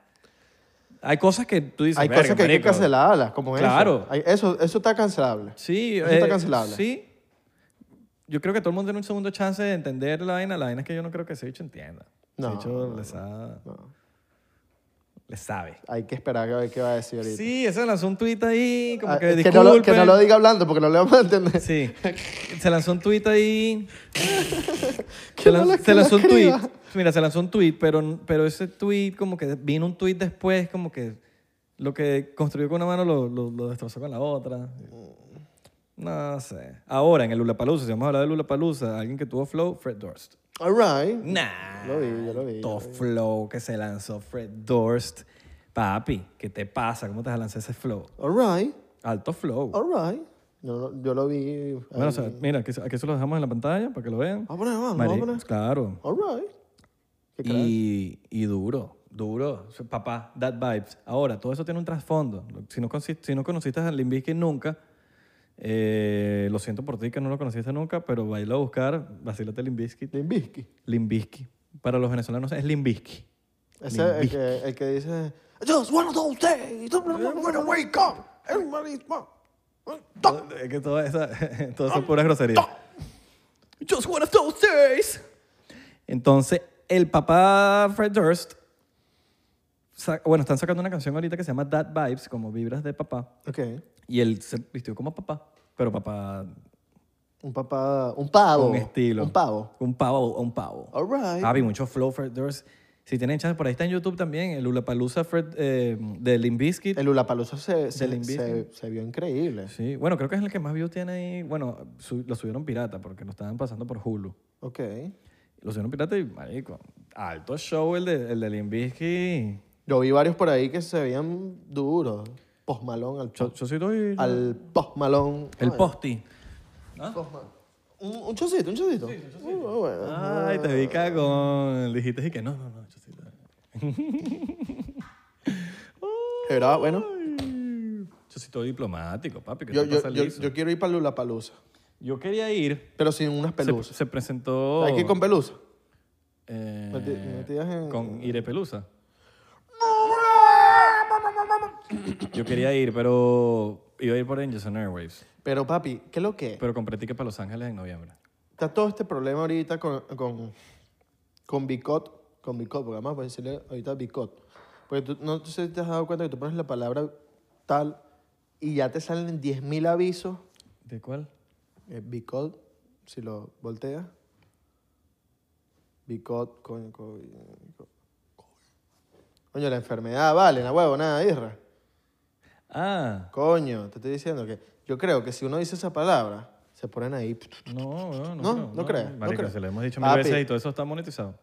[SPEAKER 2] Hay cosas que tú dices,
[SPEAKER 1] Hay
[SPEAKER 2] "Verga,
[SPEAKER 1] cosas que hay que
[SPEAKER 2] marico".
[SPEAKER 1] cancelarlas, como
[SPEAKER 2] Claro.
[SPEAKER 1] eso. Hay- eso. Eso está cancelable.
[SPEAKER 2] Sí,
[SPEAKER 1] Eso está
[SPEAKER 2] eh,
[SPEAKER 1] cancelable.
[SPEAKER 2] Sí. Yo creo que todo el mundo tiene un segundo chance de entender la vaina. La vaina es que yo no creo que ese bicho entienda.
[SPEAKER 1] No,
[SPEAKER 2] ese bicho le sabe. Le sabe.
[SPEAKER 1] Hay que esperar a ver qué va a decir ahorita.
[SPEAKER 2] Sí, ese lanzó un tuit ahí, como
[SPEAKER 1] Ah,
[SPEAKER 2] que
[SPEAKER 1] que, no lo, que no lo
[SPEAKER 2] disculpen.
[SPEAKER 1] diga hablando porque no le vamos a entender.
[SPEAKER 2] Sí. Se lanzó un tuit ahí.
[SPEAKER 1] Qué
[SPEAKER 2] se, lan-
[SPEAKER 1] mala
[SPEAKER 2] se
[SPEAKER 1] que la
[SPEAKER 2] lanzó un tuit.
[SPEAKER 1] escriba.
[SPEAKER 2] Mira, se lanzó un tuit, pero, pero ese tuit, como que vino un tuit después, como que lo que construyó con una mano lo, lo- lo destrozó con la otra. No sé. Ahora, en el Lulapalooza, si vamos a hablar de Lulapalooza, alguien que tuvo flow, Fred Durst.
[SPEAKER 1] All right.
[SPEAKER 2] Nah.
[SPEAKER 1] Lo vi, yo lo vi, yo
[SPEAKER 2] To
[SPEAKER 1] lo
[SPEAKER 2] flow que se lanzó Fred Durst. Papi, ¿qué te pasa? ¿Cómo te vas a lanzar ese flow?
[SPEAKER 1] All right,
[SPEAKER 2] Alto flow.
[SPEAKER 1] all right. No, no, yo lo vi. eh,
[SPEAKER 2] Bueno, o sea, mira, aquí, aquí se lo dejamos en la pantalla para que lo vean.
[SPEAKER 1] Vamos a poner, vamos,
[SPEAKER 2] Marico,
[SPEAKER 1] vamos a poner.
[SPEAKER 2] Claro.
[SPEAKER 1] All right. Qué crack.
[SPEAKER 2] Y, y duro, duro. O sea, Papá, that vibes. Ahora, todo eso tiene un trasfondo. Lo- Si no, consi- si no conociste a Limbisky nunca, eh, lo siento por ti que no lo conociste nunca, pero baila a buscar, vacílate Limbisky.
[SPEAKER 1] Limp Bizkit.
[SPEAKER 2] Limbisky. Para los venezolanos es Limbisky.
[SPEAKER 1] Ese es el que, el que dice. Just one of those days. I'm gonna wake up. Everybody's mom.
[SPEAKER 2] Es que todas esas todas son puras groserías. Just one of those days. Entonces, el papá Fred Durst, sa- bueno, están sacando una canción ahorita que se llama That Vibes, como vibras de papá.
[SPEAKER 1] Ok.
[SPEAKER 2] Y él se vistió como papá, pero papá
[SPEAKER 1] Un papá. Un pavo.
[SPEAKER 2] con estilo.
[SPEAKER 1] Oh, Un pavo.
[SPEAKER 2] Un pavo, un pavo.
[SPEAKER 1] All right.
[SPEAKER 2] Javi, mucho flow, Fred Durst. Si tienen chance, por ahí está en YouTube también, el Ulapalooza Fred eh, de Limp Bizkit.
[SPEAKER 1] El Ulapalooza se, se,
[SPEAKER 2] Limp
[SPEAKER 1] se,
[SPEAKER 2] Bizkit.
[SPEAKER 1] se vio increíble.
[SPEAKER 2] Sí, bueno, creo que es el que más views tiene ahí. Bueno, su- lo subieron pirata porque lo estaban pasando por Hulu.
[SPEAKER 1] Ok.
[SPEAKER 2] Lo subieron pirata y, marico, alto show el de, el de Limp Bizkit.
[SPEAKER 1] Yo vi varios por ahí que se veían duros. Posmalón al
[SPEAKER 2] Yo,
[SPEAKER 1] cho-
[SPEAKER 2] yo soy doy-
[SPEAKER 1] Al posmalón.
[SPEAKER 2] el posti.
[SPEAKER 1] Un, un chocito, un chocito. Uh, bueno.
[SPEAKER 2] Ay, te vi cagón. Dijiste y que no, no, no. yo soy doy.
[SPEAKER 1] Era, bueno.
[SPEAKER 2] Yo sí estoy diplomático, papi. Que
[SPEAKER 1] Yo,
[SPEAKER 2] te
[SPEAKER 1] yo,
[SPEAKER 2] pasa
[SPEAKER 1] yo,
[SPEAKER 2] liso.
[SPEAKER 1] yo quiero ir para Ulapalooza.
[SPEAKER 2] Yo quería ir.
[SPEAKER 1] Pero sin unas
[SPEAKER 2] Se,
[SPEAKER 1] pelusas.
[SPEAKER 2] se presentó.
[SPEAKER 1] Hay que ir con pelusa.
[SPEAKER 2] eh,
[SPEAKER 1] Meti- metidas en-
[SPEAKER 2] Con Ire Pelusa. Yo quería ir, pero iba a ir por Angels and Airwaves.
[SPEAKER 1] Pero papi, ¿qué es lo que? es?
[SPEAKER 2] Pero compré tickets para Los Ángeles en noviembre.
[SPEAKER 1] Está todo este problema ahorita con, con, con Bicot, con Bicot, porque además voy a decirle ahorita Bicot. Porque tú no sé si te has dado cuenta que tú pones la palabra tal y ya te salen 10.000 avisos.
[SPEAKER 2] ¿De cuál?
[SPEAKER 1] Eh, Bicot, si lo volteas. Bicot, coño, coño, coño. Coño, la enfermedad, vale, la huevo, nada, irra.
[SPEAKER 2] Ah,
[SPEAKER 1] Coño, te estoy diciendo que yo creo que si uno dice esa palabra, se ponen ahí.
[SPEAKER 2] no, no, no.
[SPEAKER 1] No,
[SPEAKER 2] creo,
[SPEAKER 1] no creas, no
[SPEAKER 2] Marico,
[SPEAKER 1] creas.
[SPEAKER 2] se lo hemos dicho mil
[SPEAKER 1] Papi.
[SPEAKER 2] veces y todo eso está monetizado.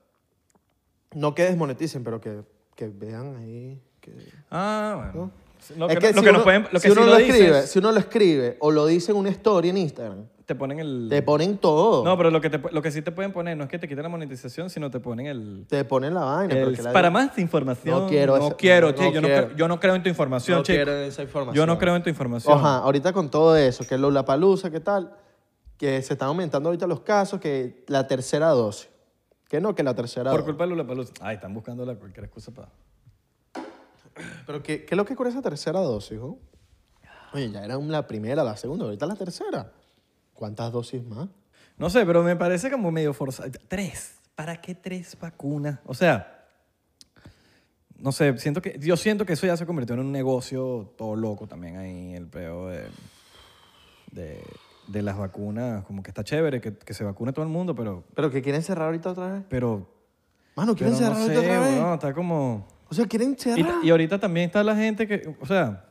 [SPEAKER 1] No que desmoneticen, pero que, que vean ahí. Que...
[SPEAKER 2] Ah, bueno. Lo
[SPEAKER 1] Es
[SPEAKER 2] que, no- lo
[SPEAKER 1] si
[SPEAKER 2] que
[SPEAKER 1] uno-
[SPEAKER 2] nos pueden, lo que
[SPEAKER 1] si
[SPEAKER 2] sí
[SPEAKER 1] uno
[SPEAKER 2] lo
[SPEAKER 1] lo
[SPEAKER 2] dices,
[SPEAKER 1] escribe, si uno lo escribe o lo dice en una story en Instagram,
[SPEAKER 2] te ponen el...
[SPEAKER 1] te ponen todo.
[SPEAKER 2] Mm. No, pero lo que, te, lo que sí te pueden poner no es que te quiten la monetización, sino te ponen el...
[SPEAKER 1] Te ponen la vaina.
[SPEAKER 2] El-
[SPEAKER 1] pero que la-
[SPEAKER 2] para más información.
[SPEAKER 1] No quiero
[SPEAKER 2] No
[SPEAKER 1] esa-
[SPEAKER 2] quiero,
[SPEAKER 1] no
[SPEAKER 2] chico, yo, no
[SPEAKER 1] quiero.
[SPEAKER 2] creo, yo no creo en tu información,
[SPEAKER 1] No
[SPEAKER 2] chico.
[SPEAKER 1] quiero esa información.
[SPEAKER 2] Yo no creo en tu información.
[SPEAKER 1] Oja, ahorita con todo eso, que la palusa, que tal, que se están aumentando ahorita los casos, que la tercera dosis. Que no, que la tercera
[SPEAKER 2] Por
[SPEAKER 1] dosis.
[SPEAKER 2] culpa de Lula Palusa. Ay, están buscando la cualquier excusa para.
[SPEAKER 1] Pero ¿qué, qué es lo que con esa tercera dosis, hijo? Oye, ya era la primera, la segunda, ahorita la tercera. ¿Cuántas dosis más?
[SPEAKER 2] No sé, pero me parece como medio forzado. Tres. ¿Para qué tres vacunas? O sea, no sé, siento que, yo siento que eso ya se convirtió en un negocio todo loco también ahí, el peo de, de, de las vacunas. Como que está chévere que, que se vacune todo el mundo, pero.
[SPEAKER 1] ¿Pero que quieren cerrar ahorita otra vez?
[SPEAKER 2] pero
[SPEAKER 1] Mano,
[SPEAKER 2] pero
[SPEAKER 1] ¿quieren cerrar
[SPEAKER 2] no
[SPEAKER 1] ahorita
[SPEAKER 2] sé,
[SPEAKER 1] otra vez?
[SPEAKER 2] weón, está como.
[SPEAKER 1] O sea, ¿quieren
[SPEAKER 2] Y,
[SPEAKER 1] cerrar?
[SPEAKER 2] y ahorita también está la gente que, o sea,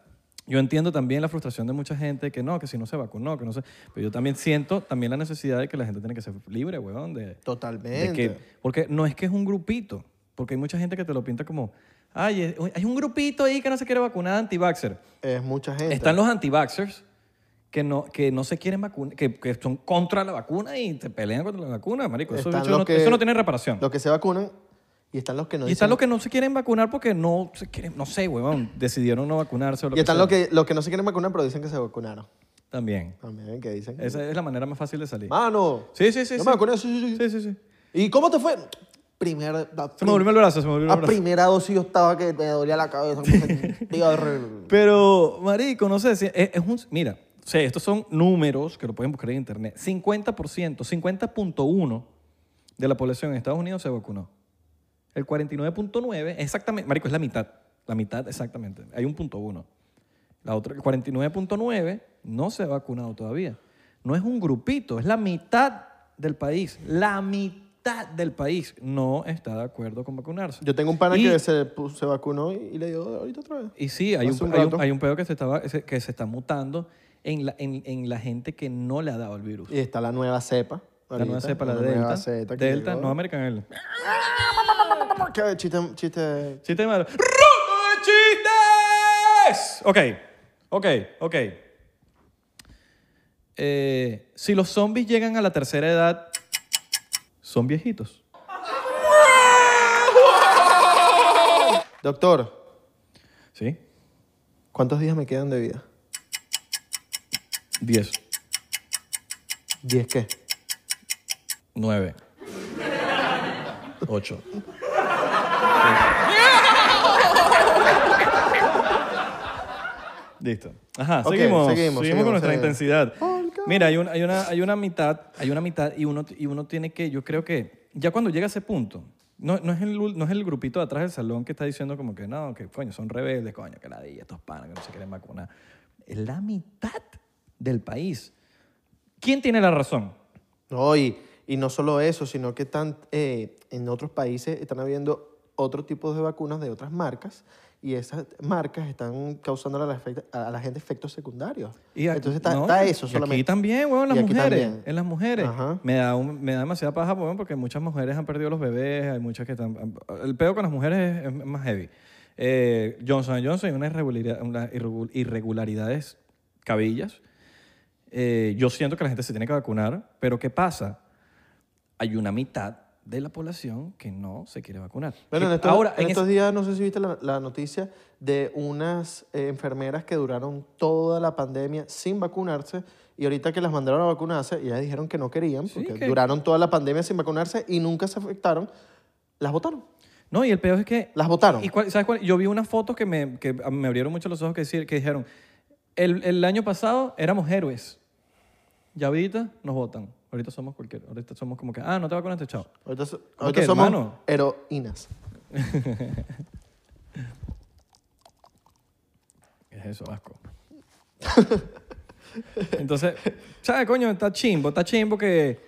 [SPEAKER 2] yo entiendo también la frustración de mucha gente que no, que si no se vacunó, que no se... Pero yo también siento también la necesidad de que la gente tiene que ser libre, weón. De, de
[SPEAKER 1] Totalmente.
[SPEAKER 2] que, porque no es que es un grupito, porque hay mucha gente que te lo pinta como, ay, es- hay un grupito ahí que no se quiere vacunar anti-vaxxer.
[SPEAKER 1] Es mucha gente.
[SPEAKER 2] Están los anti-vaxxers que no, que no se quieren vacunar, que, que son contra la vacuna y te pelean contra la vacuna, marico. Eso,
[SPEAKER 1] Están
[SPEAKER 2] eso
[SPEAKER 1] los
[SPEAKER 2] no,
[SPEAKER 1] que-
[SPEAKER 2] eso no tiene reparación.
[SPEAKER 1] Los que se vacunan y están los que no
[SPEAKER 2] Y están
[SPEAKER 1] dicen-
[SPEAKER 2] los que no se quieren vacunar porque no se quieren, no sé, huevón, decidieron no vacunarse. O lo
[SPEAKER 1] y están
[SPEAKER 2] sea.
[SPEAKER 1] los que, los que no se quieren vacunar, pero dicen que se vacunaron.
[SPEAKER 2] También.
[SPEAKER 1] También, que dicen.
[SPEAKER 2] Esa es la manera más fácil de salir.
[SPEAKER 1] Mano.
[SPEAKER 2] Sí, sí, sí,
[SPEAKER 1] No
[SPEAKER 2] sí.
[SPEAKER 1] me vacuné, sí, sí, sí.
[SPEAKER 2] Sí, sí, sí.
[SPEAKER 1] ¿Y cómo te fue? Primera. la
[SPEAKER 2] Se me durmió el brazo, se me durmió
[SPEAKER 1] La
[SPEAKER 2] el brazo.
[SPEAKER 1] primera dosis yo estaba que me dolía la cabeza. me sentía horrible.
[SPEAKER 2] Pero, marico, no sé, si- es, es un... Mira, o sea, estos son números que lo pueden buscar en internet. 50%, 50.1 de la población en Estados Unidos se vacunó. El 49.9, exactamente, marico, es la mitad. La mitad, exactamente. Hay un punto uno. La otra, el 49.9 no se ha vacunado todavía. No es un grupito, es la mitad del país. La mitad del país no está de acuerdo con vacunarse.
[SPEAKER 1] Yo tengo un pana
[SPEAKER 2] Y-
[SPEAKER 1] que se, pu- se vacunó y, y le dio ahorita otra vez.
[SPEAKER 2] y sí, hay un,
[SPEAKER 1] Hace un
[SPEAKER 2] hay, un,
[SPEAKER 1] rato.
[SPEAKER 2] hay un pedo que se, estaba, ese- que se está mutando en la, en, en la gente que no le ha dado el virus.
[SPEAKER 1] Y está la nueva cepa.
[SPEAKER 2] La nueva
[SPEAKER 1] ahorita,
[SPEAKER 2] cepa, la
[SPEAKER 1] una nueva
[SPEAKER 2] Delta.
[SPEAKER 1] zeta que
[SPEAKER 2] Delta,
[SPEAKER 1] llegó.
[SPEAKER 2] no American Airlines.
[SPEAKER 1] ¿Qué chiste, chiste
[SPEAKER 2] Chiste malo. ¡Roto de es. Ok, ok, ok. Eh, si los zombies llegan a la tercera edad, son viejitos.
[SPEAKER 1] Doctor,
[SPEAKER 2] ¿Sí?
[SPEAKER 1] ¿cuántos días me quedan de vida?
[SPEAKER 2] 10,
[SPEAKER 1] ¿Diez qué?
[SPEAKER 2] 9, 8. Listo. Ajá,
[SPEAKER 1] Ok,
[SPEAKER 2] seguimos,
[SPEAKER 1] seguimos,
[SPEAKER 2] seguimos.
[SPEAKER 1] seguimos, eh.
[SPEAKER 2] con nuestra
[SPEAKER 1] seguimos.
[SPEAKER 2] intensidad.
[SPEAKER 1] Polka.
[SPEAKER 2] Mira, hay una, hay, una, hay una mitad, hay una mitad y uno, y uno tiene que, yo creo que ya cuando llega a ese punto, no, no, es el, ul- no es el grupito de atrás del salón que está diciendo como que no, que coño, son rebeldes, coño, que la estos panas que no se quieren vacunar. Es la mitad del país. ¿Quién tiene la razón?
[SPEAKER 1] No, y, y no solo eso, sino que están, eh, en otros países están habiendo otro tipo de vacunas de otras marcas y esas marcas están causando a la, efecta- a la gente efectos secundarios.
[SPEAKER 2] a-
[SPEAKER 1] Entonces está,
[SPEAKER 2] no,
[SPEAKER 1] está
[SPEAKER 2] y-
[SPEAKER 1] eso
[SPEAKER 2] y
[SPEAKER 1] solamente.
[SPEAKER 2] Aquí también, huevón, en
[SPEAKER 1] Y
[SPEAKER 2] las
[SPEAKER 1] aquí
[SPEAKER 2] mujeres.
[SPEAKER 1] también.
[SPEAKER 2] En las mujeres.
[SPEAKER 1] Ajá.
[SPEAKER 2] Me da, un- me da demasiada paja, huevón, porque muchas mujeres han perdido los bebés, hay muchas que están... El pedo con las mujeres es, es más heavy. Eh, Johnson Johnson hay unas irregularidad- unas irregu- irregularidades cabillas. Eh, yo siento que la gente se tiene que vacunar, pero ¿qué pasa? Hay una mitad de la población que no se quiere vacunar.
[SPEAKER 1] Bueno, en
[SPEAKER 2] Que
[SPEAKER 1] estos, en
[SPEAKER 2] Eh, en
[SPEAKER 1] estos
[SPEAKER 2] es-
[SPEAKER 1] días, no sé si viste la, la noticia de unas eh, enfermeras que duraron toda la pandemia sin vacunarse y ahorita que las mandaron a vacunarse, ellas dijeron que no querían porque
[SPEAKER 2] que-
[SPEAKER 1] duraron toda la pandemia sin vacunarse y nunca se afectaron, las votaron.
[SPEAKER 2] No, y el peor es que...
[SPEAKER 1] Las votaron.
[SPEAKER 2] ¿Y cuál- ¿Sabes cuál? Yo vi unas fotos que me, que a- me abrieron mucho los ojos que, decir, que dijeron, el, el año pasado éramos héroes. Ya ahorita nos votan. Ahorita somos cualquier, ahorita somos como que, ah, no te vacunaste, chao.
[SPEAKER 1] Ahorita, so- ahorita
[SPEAKER 2] Ok,
[SPEAKER 1] somos
[SPEAKER 2] hermano.
[SPEAKER 1] heroínas.
[SPEAKER 2] ¿Qué es eso, asco? Entonces, ¿sabes, coño? Está chimbo, está chimbo que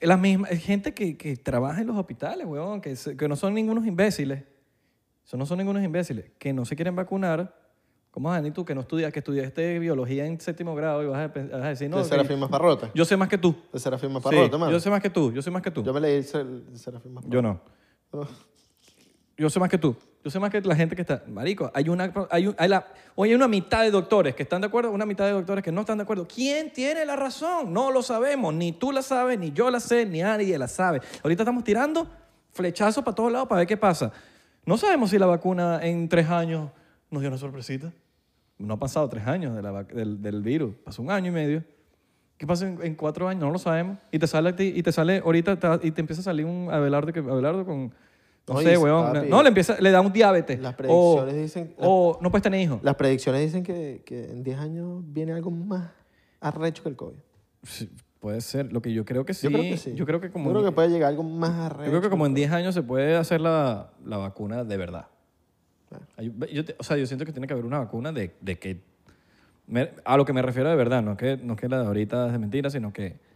[SPEAKER 2] la misma gente que, que trabaja en los hospitales, weón, que, se- que no son ningunos imbéciles, eso no son ningunos imbéciles, que no se quieren vacunar. ¿Cómo Dani, tú que no estudias, que estudiaste biología en séptimo grado y vas a, pe- vas a decir, no,
[SPEAKER 1] de
[SPEAKER 2] que-
[SPEAKER 1] Serafín Masparrota.
[SPEAKER 2] yo sé más que tú.
[SPEAKER 1] De Serafín
[SPEAKER 2] Sí,
[SPEAKER 1] Masparrota, mano.
[SPEAKER 2] yo sé más que tú, yo sé más que tú.
[SPEAKER 1] Yo me leí el Ser- el Serafín Masparrota.
[SPEAKER 2] Yo no. Yo sé más que tú. Yo sé más que la gente que está. Marico, hay una. Hay un- hay la, hoy hay una mitad de doctores que están de acuerdo, una mitad de doctores que no están de acuerdo. ¿Quién tiene la razón? No lo sabemos. Ni tú la sabes, ni yo la sé, ni nadie la sabe. Ahorita estamos tirando flechazos para todos lados para ver qué pasa. No sabemos si la vacuna en tres años nos dio una sorpresita. No ha pasado tres años de la vac- del, del virus. Pasó un año y medio. ¿Qué pasa en, en cuatro años? No lo sabemos. Y te sale, a ti- y te sale ahorita ta- y te empieza a salir un Abelardo, que, Abelardo con... No
[SPEAKER 1] Oye,
[SPEAKER 2] sé, weón.
[SPEAKER 1] papi.
[SPEAKER 2] no, le, empieza, le da un diabetes.
[SPEAKER 1] Las predicciones
[SPEAKER 2] o,
[SPEAKER 1] dicen-
[SPEAKER 2] O no puedes tener hijos.
[SPEAKER 1] Las predicciones dicen que, que en 10 años viene algo más arrecho que el COVID.
[SPEAKER 2] Sí, puede ser. Lo que yo creo que sí.
[SPEAKER 1] Yo creo que sí.
[SPEAKER 2] Yo creo que como,
[SPEAKER 1] Yo creo que puede llegar algo más arrecho.
[SPEAKER 2] yo creo que como en 10 años se puede hacer la, la vacuna de verdad. Hay- yo te- o sea, yo siento que tiene que haber una vacuna de, de que... me- a lo que me refiero de verdad, no es que, no es que la de ahorita es de mentira, sino que...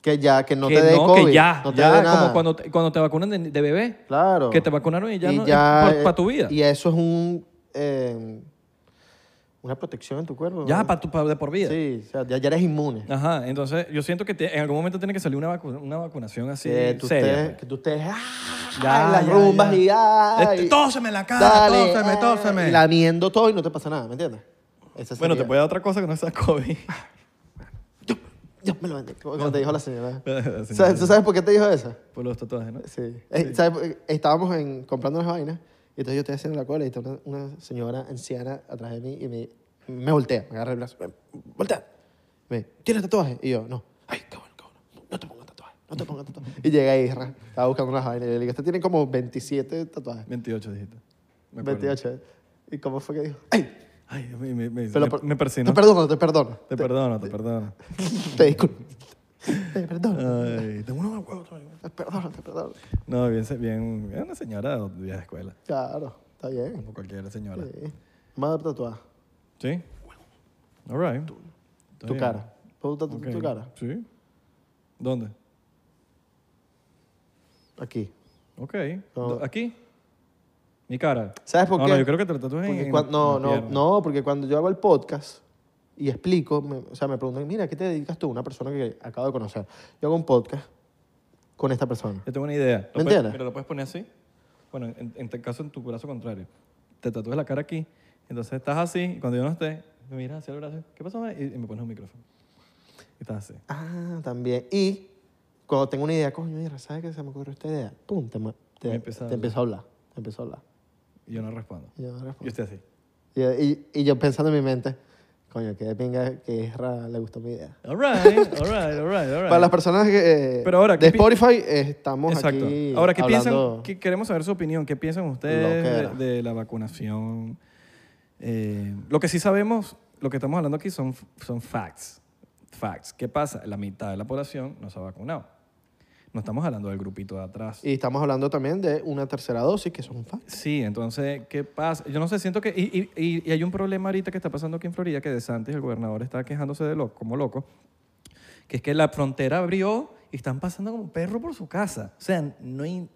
[SPEAKER 1] Que ya, que no
[SPEAKER 2] que
[SPEAKER 1] te dé
[SPEAKER 2] no,
[SPEAKER 1] COVID.
[SPEAKER 2] que ya,
[SPEAKER 1] no te
[SPEAKER 2] ya,
[SPEAKER 1] dé nada.
[SPEAKER 2] como cuando te, cuando te vacunan de, de bebé.
[SPEAKER 1] Claro.
[SPEAKER 2] Que te vacunaron y ya no
[SPEAKER 1] eh,
[SPEAKER 2] para tu vida.
[SPEAKER 1] Y eso es un... eh, una protección en tu cuerpo.
[SPEAKER 2] ya
[SPEAKER 1] ¿no?
[SPEAKER 2] para tu pa- de por vida.
[SPEAKER 1] Sí, o sea, ya, ya eres inmune.
[SPEAKER 2] Ajá, entonces yo siento que te- en algún momento tiene que salir una, vacu- una vacunación así
[SPEAKER 1] que tú
[SPEAKER 2] seria.
[SPEAKER 1] estés-
[SPEAKER 2] pues.
[SPEAKER 1] que tú estés... ¡ah!
[SPEAKER 2] Ya,
[SPEAKER 1] en las
[SPEAKER 2] ya,
[SPEAKER 1] rumbas
[SPEAKER 2] ya.
[SPEAKER 1] y... ¡ay!
[SPEAKER 2] Este, tóseme la cara,
[SPEAKER 1] Dale,
[SPEAKER 2] tóseme,
[SPEAKER 1] ¡ay!
[SPEAKER 2] tóseme.
[SPEAKER 1] Y lamiendo todo y no te pasa nada, ¿me entiendes? Esa
[SPEAKER 2] Bueno, te
[SPEAKER 1] sería-
[SPEAKER 2] puede dar otra cosa que no sea COVID.
[SPEAKER 1] Dios me lo bendiga. Como como te dijo la señora.
[SPEAKER 2] La señora.
[SPEAKER 1] ¿Sabes- ¿Tú sabes por qué te dijo eso?
[SPEAKER 2] por los tatuajes, ¿no?
[SPEAKER 1] Sí. Eh, ¿sabes por- Estábamos en- comprando unas vainas y entonces yo estoy haciendo la cola y está una, una señora anciana atrás de mí y me, me voltea, me agarra el brazo. me- Voltea. Me ¿tienes tatuaje? Y yo, no. Ay, qué bueno, qué bueno. No te pongas tatuaje, no te pongas tatuaje. Y llega Isra, estaba buscando unas vainas y le digo, este tiene como 27 tatuajes.
[SPEAKER 2] 28 dijiste. Me acuerdo.
[SPEAKER 1] 28. ¿Y cómo fue que dijo? ¡Ay!
[SPEAKER 2] Ay, me, me, me,
[SPEAKER 1] pero
[SPEAKER 2] me-
[SPEAKER 1] per-
[SPEAKER 2] me persinó.
[SPEAKER 1] Te perdono, te perdono.
[SPEAKER 2] Te perdono, te perdono.
[SPEAKER 1] Te disculpo.
[SPEAKER 2] Ah.
[SPEAKER 1] Te perdono,
[SPEAKER 2] Ay, tengo uno más huevos todavía.
[SPEAKER 1] te perdono, te perdono.
[SPEAKER 2] No, bien, bien, es una señora de vieja escuela,
[SPEAKER 1] Claro, está bien.
[SPEAKER 2] como cualquier señora.
[SPEAKER 1] Sí. Más tatuaje.
[SPEAKER 2] ¿Sí? All right. Está
[SPEAKER 1] Tu
[SPEAKER 2] bien.
[SPEAKER 1] cara. ¿Puedo tatuar
[SPEAKER 2] Ok.
[SPEAKER 1] tu cara?
[SPEAKER 2] Sí. ¿Dónde?
[SPEAKER 1] Aquí.
[SPEAKER 2] Ok.
[SPEAKER 1] No.
[SPEAKER 2] Do- ¿Aquí? Mi cara.
[SPEAKER 1] ¿Sabes por
[SPEAKER 2] No,
[SPEAKER 1] qué?
[SPEAKER 2] No, yo creo que te lo tatúes en,
[SPEAKER 1] Porque
[SPEAKER 2] en
[SPEAKER 1] cuan- no,
[SPEAKER 2] la
[SPEAKER 1] no,
[SPEAKER 2] pierna.
[SPEAKER 1] no, porque cuando yo hago el podcast y explico, me- o sea, me preguntan, mira, ¿qué te dedicas tú? Una persona que acabo de conocer. Yo hago un podcast con esta persona.
[SPEAKER 2] Yo tengo una idea. Lo
[SPEAKER 1] ¿Me
[SPEAKER 2] puedes-
[SPEAKER 1] entiendes?
[SPEAKER 2] Mira, lo puedes poner así. Bueno, en, en este caso, en tu brazo contrario. Te tatúes la cara aquí Entonces estás así, y cuando yo no esté, me miras hacia el brazo, ¿qué pasó? Mae?" Y, y me pones un micrófono. Y estás así.
[SPEAKER 1] Ah, también. Y cuando tengo una idea, coño, mira, ¿sabes qué se me ocurrió esta idea? Pum, te, ma- te,
[SPEAKER 2] Me empieza a
[SPEAKER 1] te empiezo a hablar. Te empiezo a hablar.
[SPEAKER 2] Y yo no respondo.
[SPEAKER 1] Y yo no respondo.
[SPEAKER 2] Yo estoy así.
[SPEAKER 1] Y, y- y yo pensando en mi mente, coño, qué pinga que Ezra le gustó mi idea.
[SPEAKER 2] All right, all right, all right, all right.
[SPEAKER 1] Para las personas que, eh,
[SPEAKER 2] Pero ahora,
[SPEAKER 1] de
[SPEAKER 2] ¿qué pi-
[SPEAKER 1] Spotify, eh, estamos
[SPEAKER 2] Exacto.
[SPEAKER 1] aquí
[SPEAKER 2] Ahora, ¿qué
[SPEAKER 1] hablando-
[SPEAKER 2] piensan? que- queremos saber su opinión. ¿Qué piensan
[SPEAKER 1] Loquera.
[SPEAKER 2] ustedes de, de la vacunación? Eh, lo que sí sabemos, lo que estamos hablando aquí son, son facts. Facts. ¿Qué pasa? La mitad de la población no se ha vacunado. No estamos hablando del grupito de atrás.
[SPEAKER 1] Y estamos hablando también de una tercera dosis, que son facts.
[SPEAKER 2] Sí, entonces, ¿qué pasa? Yo no sé, siento que... Y, y- y- y hay un problema ahorita que está pasando aquí en Florida, que de Santis, el gobernador, está quejándose de loco, como loco, que es que la frontera abrió y están pasando como perro por su casa. O sea, no hay-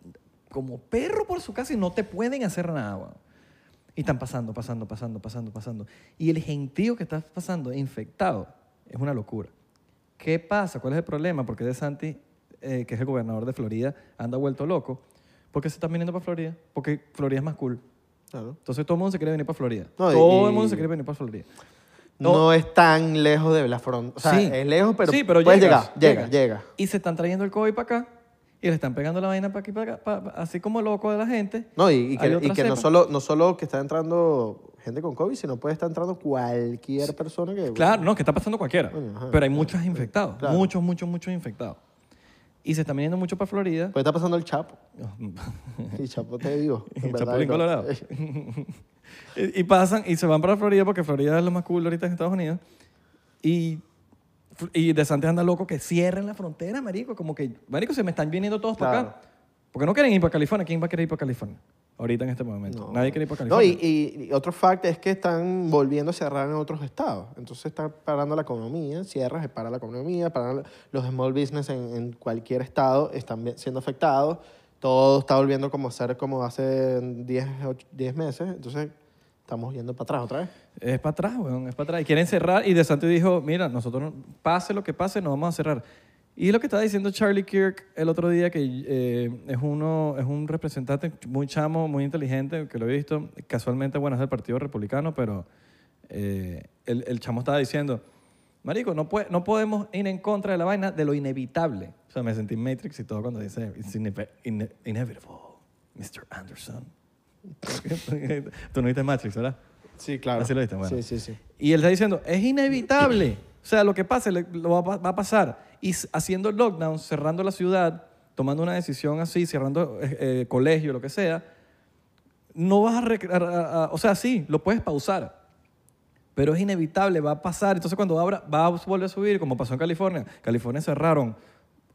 [SPEAKER 2] como perro por su casa y no te pueden hacer nada. weón. Y están pasando, pasando, pasando, pasando, pasando. Y el gentío que está pasando infectado es una locura. ¿Qué pasa? ¿Cuál es el problema? Porque De Santi, eh, que es el gobernador de Florida, anda vuelto loco. ¿Por qué se están viniendo para Florida? Porque Florida es más cool.
[SPEAKER 1] Claro.
[SPEAKER 2] Entonces todo el mundo se quiere venir para Florida.
[SPEAKER 1] No, y-
[SPEAKER 2] todo el
[SPEAKER 1] y-
[SPEAKER 2] mundo se quiere venir para Florida.
[SPEAKER 1] No,
[SPEAKER 2] No.
[SPEAKER 1] es tan lejos de la frontera. O sea,
[SPEAKER 2] Sí.
[SPEAKER 1] es lejos, pero,
[SPEAKER 2] Sí, pero
[SPEAKER 1] puedes
[SPEAKER 2] llegas,
[SPEAKER 1] llegar. Llega,
[SPEAKER 2] llegas.
[SPEAKER 1] llega.
[SPEAKER 2] Y se están trayendo el COVID para acá y le están pegando la vaina para aquí, para acá, pa- pa- así como loco de la gente.
[SPEAKER 1] No, y, y
[SPEAKER 2] Hay
[SPEAKER 1] que, y
[SPEAKER 2] otra
[SPEAKER 1] que no,
[SPEAKER 2] cepa.
[SPEAKER 1] solo, no solo que está entrando gente con COVID, sino puede estar entrando cualquier persona que...
[SPEAKER 2] Claro, no, que está pasando cualquiera. pero hay muchos infectados.
[SPEAKER 1] claro.
[SPEAKER 2] Muchos, muchos, muchos infectados. Y se están viniendo mucho para Florida.
[SPEAKER 1] Pues está pasando el Chapo. Y Chapo te digo. en
[SPEAKER 2] El
[SPEAKER 1] verdad,
[SPEAKER 2] Chapulín
[SPEAKER 1] no. Eh.
[SPEAKER 2] Colorado. y, y pasan y se van para Florida porque Florida es lo más cool ahorita en Estados Unidos. Y, y de Santos anda loco que cierren la frontera, marico. Como que, marico, se me están viniendo todos para
[SPEAKER 1] Claro.
[SPEAKER 2] acá. Porque no quieren ir para California. ¿Quién va a querer ir para California? Ahorita en este momento. Nadie quiere ir para
[SPEAKER 1] No,
[SPEAKER 2] California.
[SPEAKER 1] y, y- y otro fact es que están volviendo a cerrar en otros estados. Entonces están parando la economía, cierras, se para la economía, paran los small business en, en cualquier estado, están vi- siendo afectados. Todo está volviendo como a ser como hace 10, och- 10 meses. Entonces estamos yendo para atrás otra vez.
[SPEAKER 2] Es para atrás, weón, es para atrás. Y quieren cerrar. Y De Santis dijo, mira, nosotros, no- pase lo que pase, no vamos a cerrar. Y lo que estaba diciendo Charlie Kirk el otro día, que eh, es, uno, es un representante muy chamo, muy inteligente, que lo he visto, casualmente, bueno, es del Partido Republicano, pero eh, el, el chamo estaba diciendo, marico, no, pue- no podemos ir en contra de la vaina de lo inevitable. O sea, me sentí en Matrix y todo cuando dice, it's inev- ine- inevitable, Mr. Anderson. Tú no viste Matrix, ¿verdad?
[SPEAKER 1] Sí, claro.
[SPEAKER 2] Así lo viste, bueno.
[SPEAKER 1] Sí, sí, sí.
[SPEAKER 2] Y él está diciendo, es inevitable. O sea, lo que pase le- lo va, a pa- va a pasar. Y s- haciendo lockdown, cerrando la ciudad, tomando una decisión así, cerrando eh, eh, colegio, lo que sea, no vas a, rec- a- a- a- O sea, sí, lo puedes pausar. Pero es inevitable, va a pasar. Entonces, cuando abra, va a volver a subir, como pasó en California. California cerraron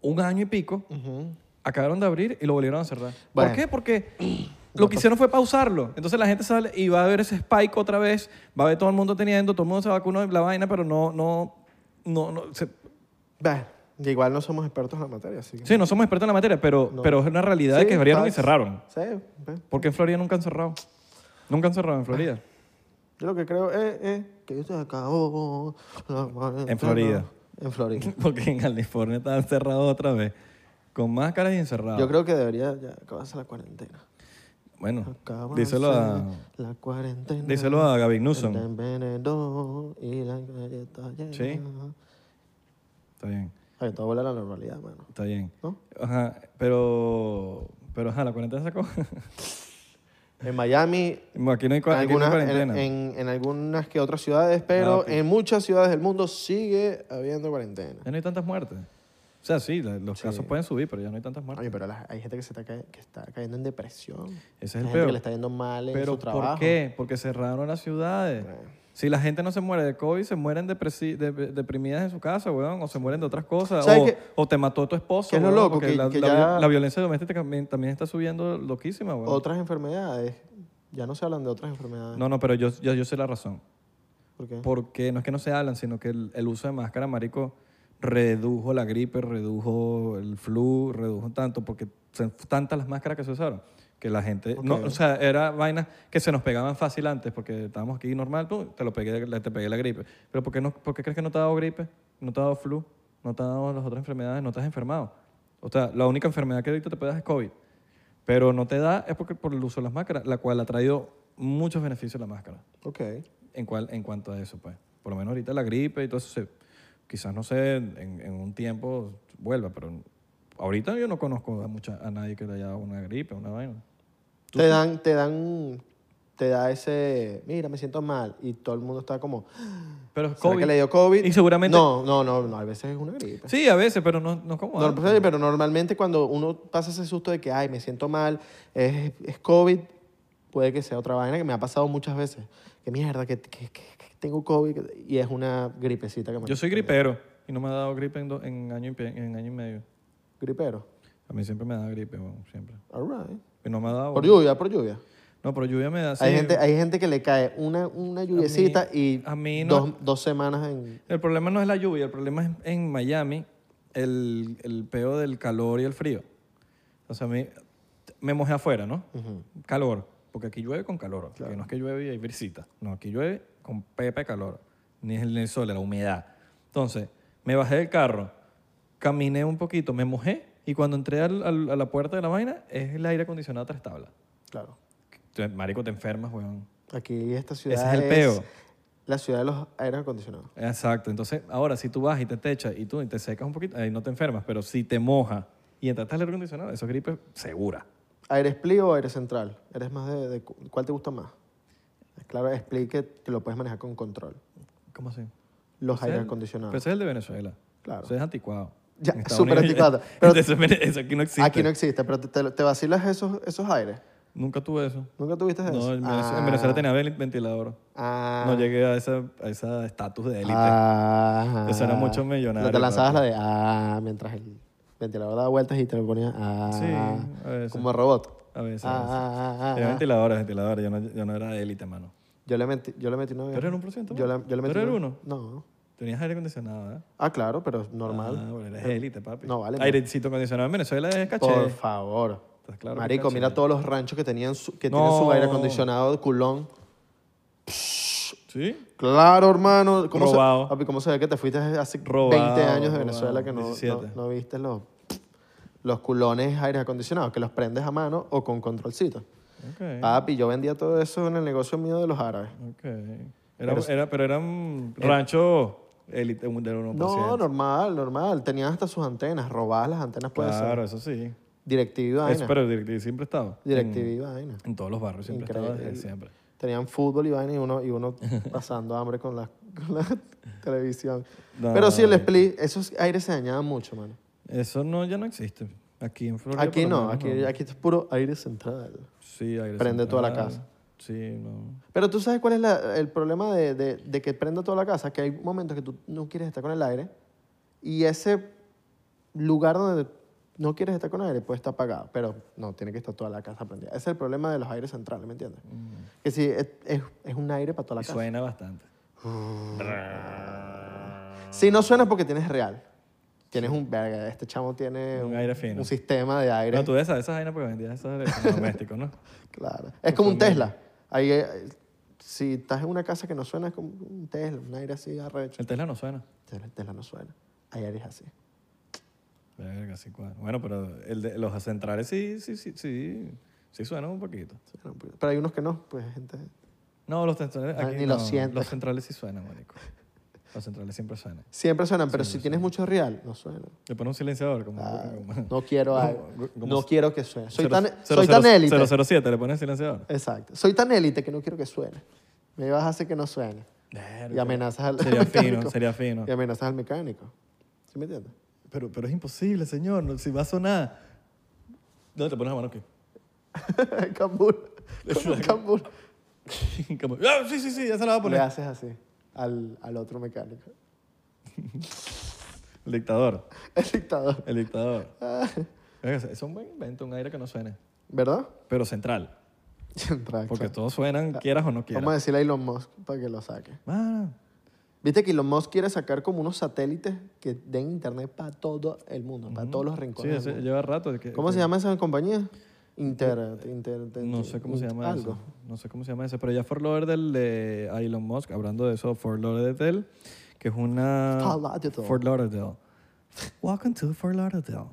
[SPEAKER 2] un año y pico, acabaron de abrir y lo volvieron a cerrar.
[SPEAKER 1] Bueno.
[SPEAKER 2] ¿Por qué? Porque lo que hicieron fue pausarlo. Entonces la gente sale y va a haber ese spike otra vez. Va a ver todo el mundo teniendo, todo el mundo se vacunó de la vaina, pero no, no, no, no se-
[SPEAKER 1] Bueno, igual no somos expertos en la materia, así que...
[SPEAKER 2] sí, no somos expertos en la materia, pero, pero es una realidad de
[SPEAKER 1] Sí,
[SPEAKER 2] que abrieron y
[SPEAKER 1] facts.
[SPEAKER 2] cerraron.
[SPEAKER 1] Sí, ve.
[SPEAKER 2] Porque en Florida nunca han cerrado. Nunca han cerrado en Florida.
[SPEAKER 1] Yo lo que creo es, es que se acabó la cuarentena.
[SPEAKER 2] Florida.
[SPEAKER 1] En Florida.
[SPEAKER 2] Porque en California están cerrados otra vez. Con máscaras y encerrados.
[SPEAKER 1] Yo creo que debería ya acabarse la cuarentena.
[SPEAKER 2] Bueno,
[SPEAKER 1] Acabarse
[SPEAKER 2] díselo a,
[SPEAKER 1] La cuarentena.
[SPEAKER 2] díselo a Gavin
[SPEAKER 1] El
[SPEAKER 2] Newsom.
[SPEAKER 1] envenenó y la calle está llena.
[SPEAKER 2] Sí. Está bien,
[SPEAKER 1] Ay, todo vuelve a la normalidad, mano.
[SPEAKER 2] está bien.
[SPEAKER 1] ¿No?
[SPEAKER 2] Ajá, pero... Pero ajá, la cuarentena sacó.
[SPEAKER 1] En Miami...
[SPEAKER 2] Aquí no
[SPEAKER 1] En
[SPEAKER 2] hay, cua- aquí no hay
[SPEAKER 1] algunas, en,
[SPEAKER 2] cuarentena.
[SPEAKER 1] en- en algunas que otras ciudades, pero
[SPEAKER 2] Nada, pues.
[SPEAKER 1] en muchas ciudades del mundo sigue habiendo cuarentena.
[SPEAKER 2] Ya no hay tantas muertes. O sea, sí, la- los casos pueden subir, pero ya no hay tantas muertes.
[SPEAKER 1] Oye, pero la- hay gente que, se está cae- que está cayendo en depresión.
[SPEAKER 2] Ese es el
[SPEAKER 1] Hay gente
[SPEAKER 2] peor.
[SPEAKER 1] que le está yendo mal en
[SPEAKER 2] ¿Pero
[SPEAKER 1] su trabajo.
[SPEAKER 2] por qué? Porque cerraron las ciudades. Si la gente no se muere de COVID, se mueren depresi- de- deprimidas en su casa, weón, o se mueren de otras cosas,
[SPEAKER 1] ¿Sabes
[SPEAKER 2] o,
[SPEAKER 1] qué?
[SPEAKER 2] o te mató tu esposo.
[SPEAKER 1] ¿Qué es lo
[SPEAKER 2] weón,
[SPEAKER 1] loco?
[SPEAKER 2] porque
[SPEAKER 1] Que-
[SPEAKER 2] la,
[SPEAKER 1] que
[SPEAKER 2] la
[SPEAKER 1] ya-
[SPEAKER 2] vi- la violencia doméstica también, también está subiendo loquísima, weón.
[SPEAKER 1] Otras enfermedades. Ya no se hablan de otras enfermedades.
[SPEAKER 2] No, no, pero yo, yo, yo sé la razón.
[SPEAKER 1] ¿Por qué?
[SPEAKER 2] Porque no es que no se hablan, sino que el, el uso de máscara, marico, redujo la gripe, redujo el flu, redujo tanto, porque se- tantas las máscaras que se usaron, que la gente... No, o sea, era vainas que se nos pegaban fácil antes, porque estábamos aquí normal, tú, te lo pegué, la- te pegué la gripe. Pero ¿por qué, no, por qué crees que no te ha dado gripe? ¿No te ha dado flu? ¿No te ha dado las otras enfermedades? ¿No te has enfermado? O sea, la única enfermedad que ahorita te puede dar es COVID. Pero no te da es porque por el uso de las máscaras, la cual ha traído muchos beneficios la máscara.
[SPEAKER 1] Ok.
[SPEAKER 2] En, cual, en cuanto a eso, pues. Por lo menos ahorita la gripe y todo eso, se- quizás no sé, en, en un tiempo vuelva, pero ahorita yo no conozco a, mucha, a nadie que le haya dado una gripe, una vaina.
[SPEAKER 1] Te dan, te dan, te da ese, mira, me siento mal. Y todo el mundo está como,
[SPEAKER 2] Pero es
[SPEAKER 1] ¿será
[SPEAKER 2] COVID.
[SPEAKER 1] que le dio COVID?
[SPEAKER 2] Y seguramente.
[SPEAKER 1] No, no, no, no, a veces es una gripe.
[SPEAKER 2] Sí, a veces, pero no, no como.
[SPEAKER 1] No,
[SPEAKER 2] antes.
[SPEAKER 1] pues, pero normalmente cuando uno pasa ese susto de que, ay, me siento mal, es, es COVID, puede que sea otra vaina que me ha pasado muchas veces. Que mierda, que, que- que- que tengo COVID y es una gripecita que me
[SPEAKER 2] Yo soy gripero y no me ha dado gripe en, do- en año, y, pe- en año y medio.
[SPEAKER 1] Gripero.
[SPEAKER 2] A mí siempre me da gripe, weón, siempre.
[SPEAKER 1] All right.
[SPEAKER 2] Y no me ha dado.
[SPEAKER 1] Por lluvia, por lluvia.
[SPEAKER 2] No, pero lluvia me da.
[SPEAKER 1] Hay,
[SPEAKER 2] Ah, sí.
[SPEAKER 1] gente, hay gente que le cae una, una lluviecita y
[SPEAKER 2] a mí no-
[SPEAKER 1] dos, dos semanas en...
[SPEAKER 2] El problema no es la lluvia, el problema es en Miami el, el peo del calor y el frío. O sea, a mí me mojé afuera, ¿no? Calor, porque aquí llueve con calor. porque no es que llueve y hay brisita. No, aquí llueve con pepe de calor. Ni es el sol, la humedad. Entonces, me bajé del carro, caminé un poquito, me mojé y cuando entré al- al- a la puerta de la vaina es el aire acondicionado a tres tablas.
[SPEAKER 1] Claro.
[SPEAKER 2] Te- Marico, te enfermas, weón.
[SPEAKER 1] Aquí esta ciudad
[SPEAKER 2] Ese es el peo.
[SPEAKER 1] la ciudad de los aires acondicionados.
[SPEAKER 2] Exacto. Entonces, ahora, si tú vas y te techas y tú y te secas un poquito, ahí no te enfermas, pero si te mojas y entraste al aire acondicionado, eso es gripe segura.
[SPEAKER 1] ¿Aire split o aire central? ¿Eres más de, de cu- ¿Cuál te gusta más? Claro, split que, que lo puedes manejar con control.
[SPEAKER 2] ¿Cómo así?
[SPEAKER 1] Los aires
[SPEAKER 2] Ese es el- Pero
[SPEAKER 1] acondicionados.
[SPEAKER 2] ese es el de Venezuela.
[SPEAKER 1] Claro.
[SPEAKER 2] Eso es anticuado.
[SPEAKER 1] Ya,
[SPEAKER 2] En Estados
[SPEAKER 1] súper
[SPEAKER 2] Unidos-
[SPEAKER 1] anticuado. Pero-
[SPEAKER 2] eso, es Vene- eso aquí no existe.
[SPEAKER 1] Aquí no existe, pero te, te- te vacilas esos, esos aires.
[SPEAKER 2] Nunca tuve eso.
[SPEAKER 1] ¿Nunca tuviste eso?
[SPEAKER 2] No, en Venezuela, en
[SPEAKER 1] Ah.
[SPEAKER 2] Venezuela tenía ven- ventilador.
[SPEAKER 1] Ah.
[SPEAKER 2] No llegué a esa a esa estatus de élite.
[SPEAKER 1] Ah.
[SPEAKER 2] Eso era mucho millonario,
[SPEAKER 1] Te lanzabas la
[SPEAKER 2] papi.
[SPEAKER 1] de ah, mientras el ventilador daba vueltas y te lo ponías ah.
[SPEAKER 2] Sí, a veces.
[SPEAKER 1] Como robot.
[SPEAKER 2] A veces.
[SPEAKER 1] Ah,
[SPEAKER 2] a veces.
[SPEAKER 1] ah, ah,
[SPEAKER 2] Era
[SPEAKER 1] ah.
[SPEAKER 2] ventilador, era ventilador. Yo no, yo no era de élite, mano.
[SPEAKER 1] Yo le metí, yo le metí una vez.
[SPEAKER 2] ¿Pero era un porciento?
[SPEAKER 1] Yo le, yo le
[SPEAKER 2] ¿No
[SPEAKER 1] metí
[SPEAKER 2] era el
[SPEAKER 1] una-
[SPEAKER 2] uno?
[SPEAKER 1] No.
[SPEAKER 2] Tenías aire acondicionado, ¿verdad?
[SPEAKER 1] Ah, claro, pero normal.
[SPEAKER 2] Ah, bueno, eres élite, papi.
[SPEAKER 1] No, vale,
[SPEAKER 2] Airecito acondicionado en Venezuela es caché.
[SPEAKER 1] Por favor.
[SPEAKER 2] Estás claro que
[SPEAKER 1] Marico,
[SPEAKER 2] caché.
[SPEAKER 1] mira todos los ranchos que tenían su, que
[SPEAKER 2] No.
[SPEAKER 1] tienen su aire acondicionado de culón.
[SPEAKER 2] ¿Sí?
[SPEAKER 1] Claro, hermano. ¿Cómo
[SPEAKER 2] Robado.
[SPEAKER 1] Se, papi, ¿cómo se ve que te fuiste hace
[SPEAKER 2] Robado,
[SPEAKER 1] 20 años de
[SPEAKER 2] robado.
[SPEAKER 1] Venezuela que no,
[SPEAKER 2] 17.
[SPEAKER 1] no- no viste los, los culones aires acondicionados, que los prendes a mano o con controlcito?
[SPEAKER 2] Ok.
[SPEAKER 1] Papi, yo vendía todo eso en el negocio mío de los árabes.
[SPEAKER 2] ok. Era, era- pero era un rancho élite un- del 1%.
[SPEAKER 1] No, normal, normal. Tenían hasta sus antenas, robadas las antenas puede ser.
[SPEAKER 2] Claro, eso sí.
[SPEAKER 1] Directivo y
[SPEAKER 2] Eso,
[SPEAKER 1] vaina.
[SPEAKER 2] pero directivo siempre he estado.
[SPEAKER 1] Directivo y vaina.
[SPEAKER 2] En todos los barrios siempre he estado
[SPEAKER 1] Increíble.
[SPEAKER 2] desde siempre.
[SPEAKER 1] Tenían fútbol y vaina y uno, y uno pasando hambre con la, con la televisión.
[SPEAKER 2] No,
[SPEAKER 1] Pero sí, el
[SPEAKER 2] no,
[SPEAKER 1] split, esos aires se dañaban mucho, mano.
[SPEAKER 2] Eso no, ya no existe. Aquí en Florida.
[SPEAKER 1] Aquí
[SPEAKER 2] por lo
[SPEAKER 1] no,
[SPEAKER 2] menos,
[SPEAKER 1] aquí, aquí es puro aire central.
[SPEAKER 2] Sí, aire
[SPEAKER 1] prende toda la
[SPEAKER 2] central.
[SPEAKER 1] casa.
[SPEAKER 2] Sí, no.
[SPEAKER 1] Pero tú sabes cuál es la- el problema de, de- de que prenda toda la casa, que hay momentos que tú no quieres estar con el aire y ese lugar donde no quieres estar con aire puede estar apagado, pero no, tiene que estar toda la casa prendida. Ese es el problema de los aires centrales, ¿me entiendes? Que sí, es, es- Mm. es un aire para toda la
[SPEAKER 2] Y
[SPEAKER 1] casa.
[SPEAKER 2] suena bastante.
[SPEAKER 1] Si no suena porque tienes real. Tienes un verga, este chamo tiene
[SPEAKER 2] Un aire fino.
[SPEAKER 1] un sistema de aire.
[SPEAKER 2] No, tú ves esas, esas vainas porque vendías esos electrodomésticos, ¿no?
[SPEAKER 1] Claro. Es como un Tesla. Ahí, eh, si estás en una casa que no suena, es como un Tesla, un aire así arrecho.
[SPEAKER 2] El Tesla no suena.
[SPEAKER 1] Pero el Tesla no suena. Hay aires así.
[SPEAKER 2] Verga, sí, cuadra. Bueno, pero el de, los centrales sí, sí, sí, sí, sí suenan un poquito.
[SPEAKER 1] Suena un poquito. Pero hay unos que no, pues gente.
[SPEAKER 2] No, los centrales
[SPEAKER 1] Ah,
[SPEAKER 2] aquí
[SPEAKER 1] ni
[SPEAKER 2] no,
[SPEAKER 1] lo sientes.
[SPEAKER 2] Los centrales sí suenan, marico. Los centrales siempre suenan.
[SPEAKER 1] Siempre suenan, pero si tienes mucho real, no suena.
[SPEAKER 2] Le ponen un silenciador como...
[SPEAKER 1] Ah, No quiero algo. No quiero que suene. Soy tan, soy tan élite.
[SPEAKER 2] 007, le ponen silenciador.
[SPEAKER 1] Exacto. Soy tan élite que no quiero que suene. Me vas a hacer que no suene. Y amenazas al
[SPEAKER 2] Sería fino,
[SPEAKER 1] mecánico.
[SPEAKER 2] sería fino.
[SPEAKER 1] Y amenazas al mecánico. ¿Sí me entiendes?
[SPEAKER 2] Pero, pero es imposible, señor. no- si va a sonar... ¿Dónde te pones la mano aquí?
[SPEAKER 1] cambur. Como un cambur.
[SPEAKER 2] Como, "Ah, sí, sí, sí, ya se la va a
[SPEAKER 1] Le
[SPEAKER 2] poner.
[SPEAKER 1] haces así al, al otro mecánico.
[SPEAKER 2] El dictador.
[SPEAKER 1] El dictador.
[SPEAKER 2] El dictador.
[SPEAKER 1] Ah.
[SPEAKER 2] Verga, Es un buen invento, un aire que no suene.
[SPEAKER 1] ¿Verdad?
[SPEAKER 2] Pero central.
[SPEAKER 1] Exacto. Ah,
[SPEAKER 2] Porque todos suenan, quieras o no quieras. Ah,
[SPEAKER 1] Vamos a decirle a Elon Musk para que lo saque.
[SPEAKER 2] Mano,
[SPEAKER 1] Viste que Elon Musk quiere sacar como unos satélites que den internet para todo el mundo, para todos los
[SPEAKER 2] sí,
[SPEAKER 1] rincones. del
[SPEAKER 2] ese
[SPEAKER 1] mundo.
[SPEAKER 2] lleva rato. de que-
[SPEAKER 1] ¿Cómo
[SPEAKER 2] que-
[SPEAKER 1] se llama esa compañía? Inter, inter-
[SPEAKER 2] Eh, No sé cómo se llama
[SPEAKER 1] uh, algo.
[SPEAKER 2] eso. No sé cómo se llama eso. Pero ya Fort Lauderdale de a Elon Musk, hablando de eso, Fort Lauderdale, que es una...
[SPEAKER 1] Fort Lauderdale.
[SPEAKER 2] Fort Lauderdale. Welcome to Fort Lauderdale.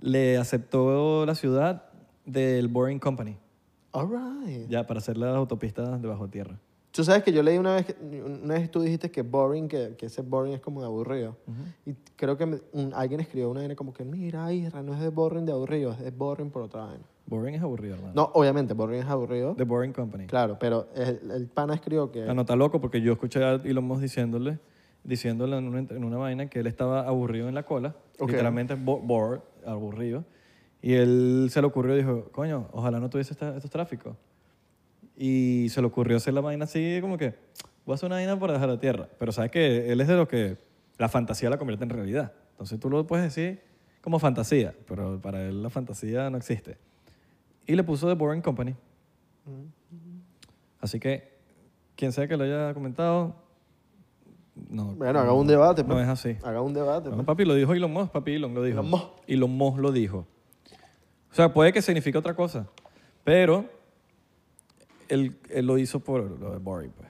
[SPEAKER 2] Le aceptó la ciudad del Boring Company.
[SPEAKER 1] All right.
[SPEAKER 2] Ya, para hacer las autopistas de bajo tierra.
[SPEAKER 1] Tú sabes que yo leí una vez, que, una vez tú dijiste que boring, que, que ese boring es como de aburrido. Y creo que me- un- alguien escribió una vaina como que, mira, Isra, no es de boring de aburrido, es de boring por otra vaina.
[SPEAKER 2] Boring es aburrido, hermano.
[SPEAKER 1] No, obviamente, boring es aburrido.
[SPEAKER 2] The Boring Ah, Company.
[SPEAKER 1] Claro, pero el, el pana escribió que...
[SPEAKER 2] Anota loco porque yo escuché a Elon Musk diciéndole, diciéndole en una, en una vaina que él estaba aburrido en la cola,
[SPEAKER 1] Ok.
[SPEAKER 2] literalmente bo- bored, aburrido, y él se le ocurrió dijo, coño, ojalá no tuviese esta- estos tráficos. Y se le ocurrió hacer la vaina así como que, voy a hacer una vaina para dejar la tierra. Pero sabes que él es de lo que la fantasía la convierte en realidad. Entonces tú lo puedes decir como fantasía, pero para él la fantasía no existe. Y le puso The Boring Company. Así que, quien sea que lo haya comentado, no.
[SPEAKER 1] Bueno, haga un debate.
[SPEAKER 2] No
[SPEAKER 1] pues.
[SPEAKER 2] es así.
[SPEAKER 1] Haga un debate.
[SPEAKER 2] No,
[SPEAKER 1] pues.
[SPEAKER 2] papi, lo dijo Elon Musk, papi Elon lo dijo.
[SPEAKER 1] Elon Musk.
[SPEAKER 2] Elon Musk lo dijo. O sea, puede que signifique otra cosa, pero él, él lo hizo por lo de Boring, pues.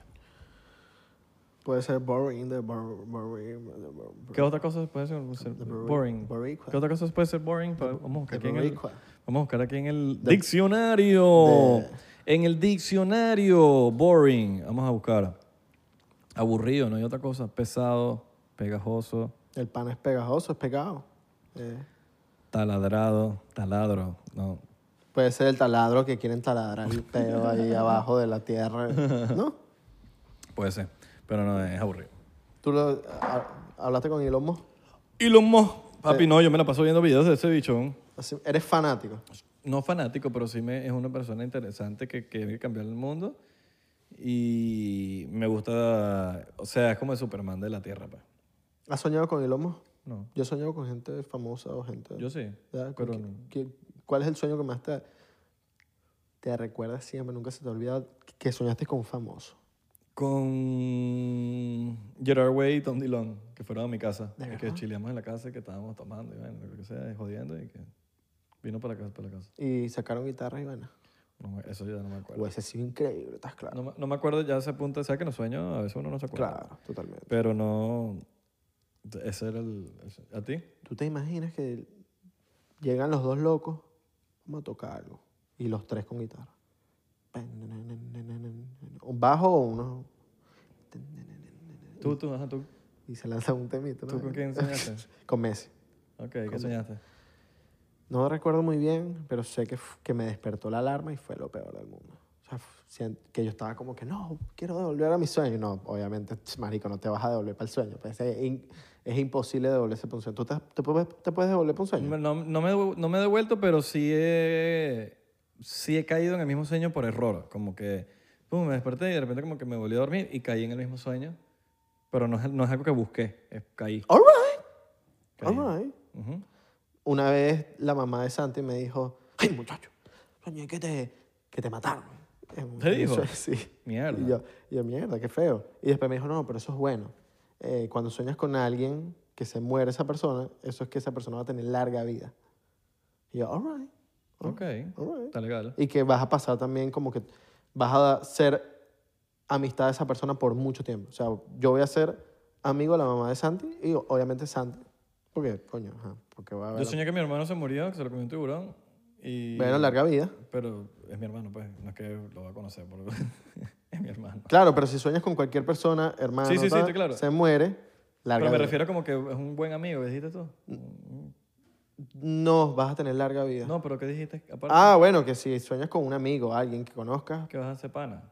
[SPEAKER 1] Puede ser boring de bor- boring. de bor-
[SPEAKER 2] ¿Qué otra cosa puede ser ser boring?
[SPEAKER 1] boricua.
[SPEAKER 2] ¿Qué otra cosa puede ser boring? Pa- Vamos a buscar
[SPEAKER 1] de
[SPEAKER 2] aquí en el,
[SPEAKER 1] boricua.
[SPEAKER 2] vamos a buscar aquí en el diccionario. En el diccionario, boring. Vamos a buscar. Aburrido, no hay otra cosa. Pesado, pegajoso,
[SPEAKER 1] El pan es pegajoso, es pegado. Eh,
[SPEAKER 2] taladrado, taladro. No.
[SPEAKER 1] puede ser el taladro que quieren taladrar el pelo ahí abajo de la tierra. ¿No?
[SPEAKER 2] Puede ser, pero no es aburrido.
[SPEAKER 1] ¿Tú lo, a- hablaste con Elon Musk?
[SPEAKER 2] Y los Papi, no, yo me la paso viendo videos de ese bichón.
[SPEAKER 1] Así- Eres fanático.
[SPEAKER 2] no fanático, pero sí me, es una persona interesante que que quiere cambiar el mundo. Y me gusta, o sea, es como el Superman de la Tierra, pues.
[SPEAKER 1] ¿Has soñado con Elon Musk?
[SPEAKER 2] No.
[SPEAKER 1] Yo he soñado con gente famosa o gente...
[SPEAKER 2] Yo sí.
[SPEAKER 1] ¿verdad?
[SPEAKER 2] pero
[SPEAKER 1] ¿Qué-
[SPEAKER 2] no.
[SPEAKER 1] qué- ¿Cuál es el sueño que más te, te recuerda siempre? Nunca se te olvida que soñaste con un famoso.
[SPEAKER 2] Con Gerard Way y Tom Dillon, que fueron a mi casa. y que chileamos en la casa y que estábamos tomando y bueno, lo que sea, y jodiendo y que vino para la casa. Para la casa.
[SPEAKER 1] Y sacaron guitarra y bueno.
[SPEAKER 2] No me- eso ya no me acuerdo.
[SPEAKER 1] Hubiese sido increíble, estás claro.
[SPEAKER 2] No, me- no me acuerdo ya a ese punto, ¿sabes que no sueño? A veces uno no se acuerda.
[SPEAKER 1] Claro, totalmente.
[SPEAKER 2] Pero no, ese era el... ese- ¿A ti?
[SPEAKER 1] ¿Tú te imaginas que llegan los dos locos? Vamos a tocar algo. Y los tres con guitarra. Un bajo o uno.
[SPEAKER 2] Tú, tú, ajá, tú.
[SPEAKER 1] Y se lanza un temito. ¿no?
[SPEAKER 2] ¿Tú con quién soñaste?
[SPEAKER 1] Con Messi.
[SPEAKER 2] Ok, ¿qué soñaste?
[SPEAKER 1] No recuerdo muy bien, pero sé que, f- que me despertó la alarma y fue lo peor del mundo. O sea, f- sien- que yo estaba como que no, quiero devolver a mi sueño. Y No, obviamente, tss, marico, no te vas a devolver para el sueño. Pues es, in- es imposible devolverse para un sueño. ¿Tú te, te puedes, te puedes devolver para un sueño?
[SPEAKER 2] No, no me, devu- no me he devuelto, pero sí he, sí he caído en el mismo sueño por error. Como que pum, me desperté y de repente como que me volví a dormir y caí en el mismo sueño. Pero no es, no es algo que busqué, es, caí.
[SPEAKER 1] All right,
[SPEAKER 2] caí.
[SPEAKER 1] all right.
[SPEAKER 2] Ujú.
[SPEAKER 1] Una vez la mamá de Santi me dijo, ay muchacho, soñé que te, que te mataron. En un-
[SPEAKER 2] ¿Te
[SPEAKER 1] en un
[SPEAKER 2] dijo?
[SPEAKER 1] sueño, Sí.
[SPEAKER 2] Mierda.
[SPEAKER 1] Y yo, y yo, mierda, qué feo. Y después me dijo, no, pero eso es bueno. Eh, cuando sueñas con alguien que se muere esa persona, eso es que esa persona va a tener larga vida. Y yo, all right,
[SPEAKER 2] Ok,
[SPEAKER 1] all right.
[SPEAKER 2] está legal.
[SPEAKER 1] Y que vas a pasar también como que vas a ser amistad de esa persona por mucho tiempo. O sea, yo voy a ser amigo de la mamá de Santi y obviamente Santi, porque, coño, ajá, porque va a
[SPEAKER 2] Yo
[SPEAKER 1] haber...
[SPEAKER 2] soñé que mi hermano se murió, que se lo comió un tiburón. Y,
[SPEAKER 1] Bueno, larga vida.
[SPEAKER 2] Pero es mi hermano, pues, no es que lo va a conocer, por- es mi hermano.
[SPEAKER 1] Claro, pero si sueñas con cualquier persona, hermano,
[SPEAKER 2] Sí, sí, sí,
[SPEAKER 1] tal,
[SPEAKER 2] claro.
[SPEAKER 1] se muere, larga Ah.
[SPEAKER 2] Pero me
[SPEAKER 1] vida.
[SPEAKER 2] refiero como que es un buen amigo, ¿qué dijiste tú?
[SPEAKER 1] No, vas a tener larga vida.
[SPEAKER 2] No, pero ¿qué dijiste? Aparte,
[SPEAKER 1] Ah, bueno, que si sueñas con un amigo, alguien que conozcas,
[SPEAKER 2] que vas a hacer pana.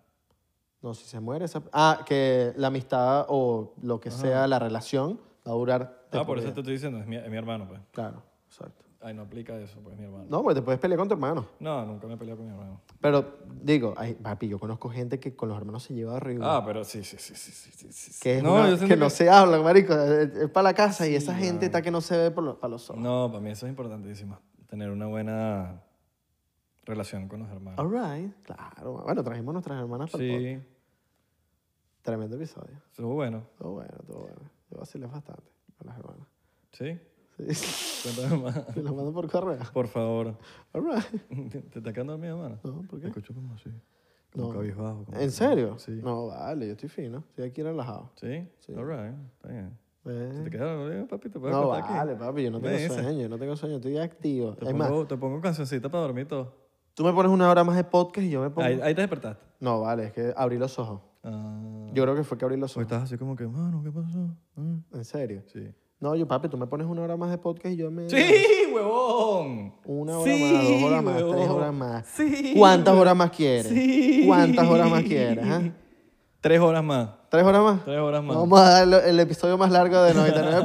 [SPEAKER 1] no, si se muere esa... Ah, que la amistad o lo que sea, la relación, va a durar... de
[SPEAKER 2] Ah,
[SPEAKER 1] por
[SPEAKER 2] por eso
[SPEAKER 1] vida.
[SPEAKER 2] te estoy diciendo, es mi, es mi hermano, pues.
[SPEAKER 1] Claro, exacto.
[SPEAKER 2] Ay, no aplica eso, pues es mi hermano.
[SPEAKER 1] No, porque te puedes pelear con tu hermano.
[SPEAKER 2] No, nunca me he peleado con mi hermano.
[SPEAKER 1] Pero digo, ay, papi, yo conozco gente que con los hermanos se lleva horrible.
[SPEAKER 2] Ah, pero sí, sí, sí, sí, sí, sí, sí, sí.
[SPEAKER 1] que es
[SPEAKER 2] no,
[SPEAKER 1] una-
[SPEAKER 2] yo
[SPEAKER 1] que,
[SPEAKER 2] siento
[SPEAKER 1] no se habla, marico. Es, para la casa y esa gente está que no se ve por lo- para los ojos.
[SPEAKER 2] No, para mí eso es importantísimo. Tener una buena relación con los hermanos.
[SPEAKER 1] All right. Claro. Bueno, trajimos nuestras hermanas para el podcast.
[SPEAKER 2] sí,
[SPEAKER 1] Tremendo episodio.
[SPEAKER 2] estuvo bueno.
[SPEAKER 1] Todo bueno, todo bueno. Yo vacilé bastante con las hermanas.
[SPEAKER 2] Sí,
[SPEAKER 1] Sí.
[SPEAKER 2] cuéntame más.
[SPEAKER 1] Te las mando por correo.
[SPEAKER 2] Por favor.
[SPEAKER 1] All right.
[SPEAKER 2] ¿Te está quedando mi hermana?
[SPEAKER 1] No, ¿por
[SPEAKER 2] Te
[SPEAKER 1] qué?
[SPEAKER 2] escucho como así. Como cabizbajo. como-
[SPEAKER 1] ¿En serio?
[SPEAKER 2] Sí.
[SPEAKER 1] No, vale, yo estoy fino. Estoy aquí relajado.
[SPEAKER 2] ¿Sí? All right, está bien.
[SPEAKER 1] Eh,
[SPEAKER 2] Si te quedas dormido, papi, te puedes
[SPEAKER 1] No,
[SPEAKER 2] acostar aquí.
[SPEAKER 1] vale, papi, yo no
[SPEAKER 2] Me
[SPEAKER 1] tengo
[SPEAKER 2] dices.
[SPEAKER 1] sueño, yo no tengo sueño, estoy activo.
[SPEAKER 2] Te
[SPEAKER 1] es más,
[SPEAKER 2] pongo, te pongo cancioncita para dormir todo.
[SPEAKER 1] Tú me pones una hora más de podcast y yo me pongo.
[SPEAKER 2] Ahí, ahí te despertaste.
[SPEAKER 1] No, vale, es que abrí los ojos.
[SPEAKER 2] Ah,
[SPEAKER 1] Yo creo que fue que abrí los
[SPEAKER 2] pues
[SPEAKER 1] ojos.
[SPEAKER 2] estás así como que, mano, ¿qué pasó? Ah,
[SPEAKER 1] ¿En serio?
[SPEAKER 2] Sí.
[SPEAKER 1] No, yo, papi, tú me pones una hora más de podcast y yo me.
[SPEAKER 2] ¡Sí, huevón!
[SPEAKER 1] Una hora
[SPEAKER 2] Sí,
[SPEAKER 1] más, dos horas más, tres
[SPEAKER 2] huevón.
[SPEAKER 1] horas más.
[SPEAKER 2] Sí,
[SPEAKER 1] ¿Cuántas
[SPEAKER 2] huevón.
[SPEAKER 1] horas más quieres?
[SPEAKER 2] Sí.
[SPEAKER 1] ¿Cuántas horas más quieres? ah?
[SPEAKER 2] Tres horas más.
[SPEAKER 1] ¿Tres horas más?
[SPEAKER 2] Tres horas más.
[SPEAKER 1] Vamos a dar lo- el episodio más largo de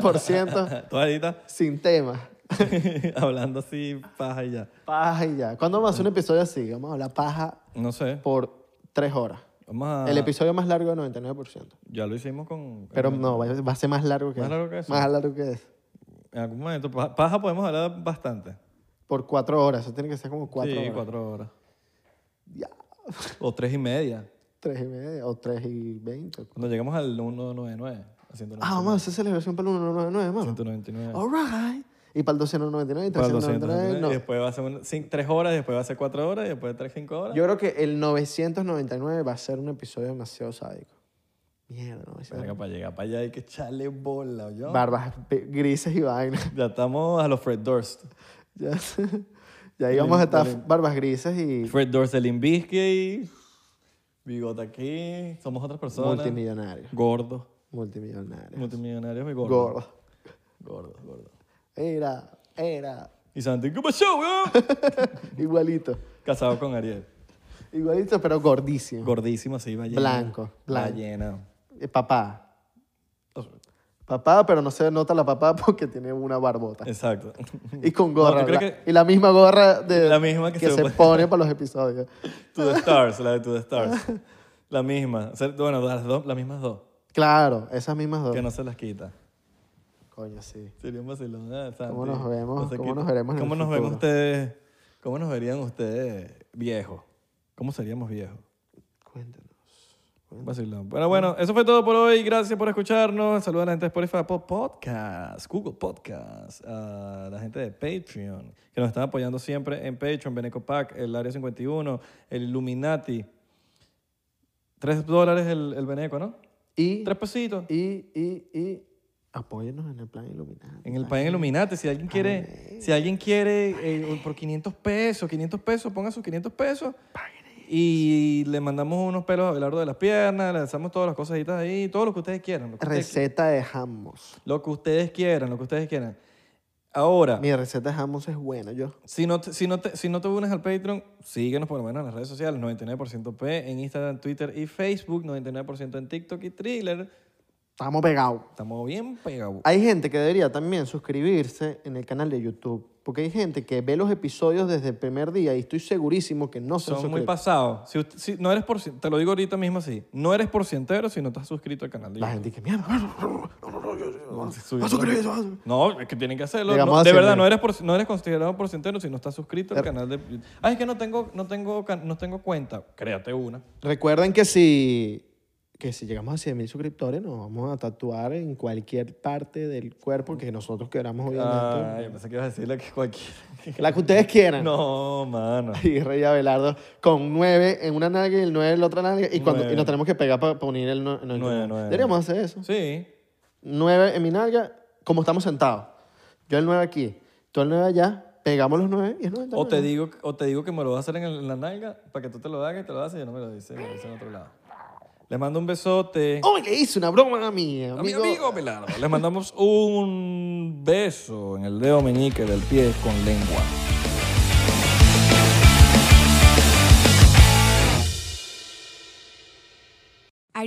[SPEAKER 1] 99%
[SPEAKER 2] Tú ahorita
[SPEAKER 1] sin tema.
[SPEAKER 2] hablando así, paja y ya.
[SPEAKER 1] Paja y ya. ¿Cuándo vamos a hacer un episodio así? Vamos a hablar paja
[SPEAKER 2] No sé.
[SPEAKER 1] por tres horas.
[SPEAKER 2] Vamos a...
[SPEAKER 1] El episodio más largo de 99%.
[SPEAKER 2] Ya lo hicimos con...
[SPEAKER 1] Pero no, va va a ser más largo que
[SPEAKER 2] ¿Más
[SPEAKER 1] eso.
[SPEAKER 2] largo que eso?
[SPEAKER 1] Más largo que eso.
[SPEAKER 2] En algún momento. Pa- Paja podemos hablar bastante.
[SPEAKER 1] Por cuatro horas. Eso tiene que ser como cuatro
[SPEAKER 2] sí,
[SPEAKER 1] horas.
[SPEAKER 2] cuatro horas.
[SPEAKER 1] Ya.
[SPEAKER 2] O tres y media.
[SPEAKER 1] Tres y media o tres y veinte.
[SPEAKER 2] Cuando llegamos al 199. a 199.
[SPEAKER 1] Ah, vamos a hacer celebración para el 199, mano.
[SPEAKER 2] 199.
[SPEAKER 1] All right. Y para el 299 y
[SPEAKER 2] Para el
[SPEAKER 1] 399,
[SPEAKER 2] 299,
[SPEAKER 1] no.
[SPEAKER 2] y después va a ser un- cin- tres horas, y después va a ser cuatro horas, y después tres, cinco horas.
[SPEAKER 1] Yo creo que el 999 va a ser un episodio demasiado sádico. Mierda, no.
[SPEAKER 2] Verga, para llegar para allá hay que echarle bola, yo.
[SPEAKER 1] Barbas pe- grises y vainas.
[SPEAKER 2] Ya estamos a los Fred Durst.
[SPEAKER 1] Ya, ya ahí vamos a estar barbas grises y
[SPEAKER 2] Fred Durst, el Invisky, Bigote aquí. Somos otras personas.
[SPEAKER 1] multimillonarios.
[SPEAKER 2] Gordos.
[SPEAKER 1] Multimillonarios.
[SPEAKER 2] Multimillonarios y gordos.
[SPEAKER 1] Gordo.
[SPEAKER 2] Gordos, gordos.
[SPEAKER 1] Era, era.
[SPEAKER 2] Y Santi, ¿qué pasó, weón?
[SPEAKER 1] Igualito.
[SPEAKER 2] Casado con Ariel.
[SPEAKER 1] Igualito, pero gordísimo.
[SPEAKER 2] Gordísimo, así, ballena.
[SPEAKER 1] Blanco, blanco.
[SPEAKER 2] Ballena.
[SPEAKER 1] Eh, papá. Papá, pero no se nota la papá porque tiene una barbota.
[SPEAKER 2] Exacto.
[SPEAKER 1] Y con gorra.
[SPEAKER 2] Eh, No, ¿tú crees
[SPEAKER 1] la-
[SPEAKER 2] que-
[SPEAKER 1] Y la misma gorra de,
[SPEAKER 2] La misma que se
[SPEAKER 1] se
[SPEAKER 2] pone.
[SPEAKER 1] pone para los episodios.
[SPEAKER 2] To the Stars, la de To the Stars. La misma. O sea, Bueno, las, dos, las mismas dos.
[SPEAKER 1] Claro, esas mismas dos.
[SPEAKER 2] Que no se las quita.
[SPEAKER 1] Coño, sí.
[SPEAKER 2] Sería un vacilón. ah, Santi.
[SPEAKER 1] ¿Cómo nos vemos?
[SPEAKER 2] No se
[SPEAKER 1] ¿Cómo
[SPEAKER 2] quita.
[SPEAKER 1] nos veremos en el
[SPEAKER 2] ¿Cómo nos ven
[SPEAKER 1] futuro?
[SPEAKER 2] ustedes? ¿Cómo nos verían ustedes viejos? ¿Cómo seríamos viejos?
[SPEAKER 1] Cuéntanos.
[SPEAKER 2] Un Vacilón. Pero bueno, eso fue todo por hoy. Gracias por escucharnos. Saludos a la gente de Spotify, Apple Podcast, Google Podcast, a la gente de Patreon, que nos están apoyando siempre en Patreon, Beneco Pack, el Área 51, el Illuminati. Tres dólares el, el Beneco, ¿no?
[SPEAKER 1] Y,
[SPEAKER 2] Tres pesitos.
[SPEAKER 1] y, y, y apóyenos en el plan iluminado.
[SPEAKER 2] En el país Illuminati, si alguien quiere, si alguien quiere eh, por 500 pesos, 500 pesos, ponga sus 500 pesos. Y le mandamos unos pelos a Abelardo de las piernas, le lanzamos todas las cositas ahí, todo lo que ustedes quieran. Lo que ustedes,
[SPEAKER 1] Receta de Hammos.
[SPEAKER 2] lo que ustedes quieran, lo que ustedes quieran. Ahora,
[SPEAKER 1] Mi receta de Hammos es buena, yo.
[SPEAKER 2] si no, te, si, no te, si no te unes al Patreon, síguenos por lo menos en las redes sociales, 99% P, en Instagram, Twitter y Facebook, 99% en TikTok y Thriller.
[SPEAKER 1] Estamos pegados.
[SPEAKER 2] Estamos bien pegados.
[SPEAKER 1] Hay gente que debería también suscribirse en el canal de YouTube. Porque hay gente que ve los episodios desde el primer día y estoy segurísimo que no se han
[SPEAKER 2] Son muy
[SPEAKER 1] suscrito.
[SPEAKER 2] pasados. Si, usted- si no eres por, te lo digo ahorita mismo así, no eres porcientero si no estás suscrito al canal. de
[SPEAKER 1] La
[SPEAKER 2] YouTube.
[SPEAKER 1] gente que mierda.
[SPEAKER 2] Subiendo- No, es que tienen que hacerlo.
[SPEAKER 1] Llegamos
[SPEAKER 2] No,
[SPEAKER 1] a
[SPEAKER 2] de
[SPEAKER 1] cien
[SPEAKER 2] verdad,
[SPEAKER 1] mil.
[SPEAKER 2] no eres, por- no eres considerado porcientero si no estás suscrito
[SPEAKER 1] Er-
[SPEAKER 2] al canal de. Ah, es que no tengo, no tengo, can- no tengo cuenta. Créate una.
[SPEAKER 1] Recuerden que si, que si llegamos a 100 mil suscriptores, nos vamos a tatuar en cualquier parte del cuerpo que nosotros queramos,
[SPEAKER 2] Ah,
[SPEAKER 1] obviamente.
[SPEAKER 2] yo pensé que ibas a decirle que cualquier.
[SPEAKER 1] La que ustedes quieran.
[SPEAKER 2] No, mano.
[SPEAKER 1] Y Rey Abelardo con 9 en una nalga y el 9 en la otra nalga. Y, cuando,
[SPEAKER 2] Nueve.
[SPEAKER 1] y nos tenemos que pegar para unir el 9.
[SPEAKER 2] Nueve, nueve.
[SPEAKER 1] Deberíamos hacer eso.
[SPEAKER 2] Sí.
[SPEAKER 1] 9 en mi nalga, como estamos sentados. Yo el 9 aquí, tú el 9 allá, pegamos los 9 y el 9
[SPEAKER 2] O te, digo, o te digo que me lo vas a hacer en, el- en la nalga para que tú te lo hagas y te lo haces y yo no me lo dices, me lo dice en otro lado. Les mando un besote.
[SPEAKER 1] ¡Oh, le hice una broma a mi amigo!
[SPEAKER 2] A mi amigo Belardo. Les mandamos un beso en el dedo meñique del pie con lengua.
[SPEAKER 5] Are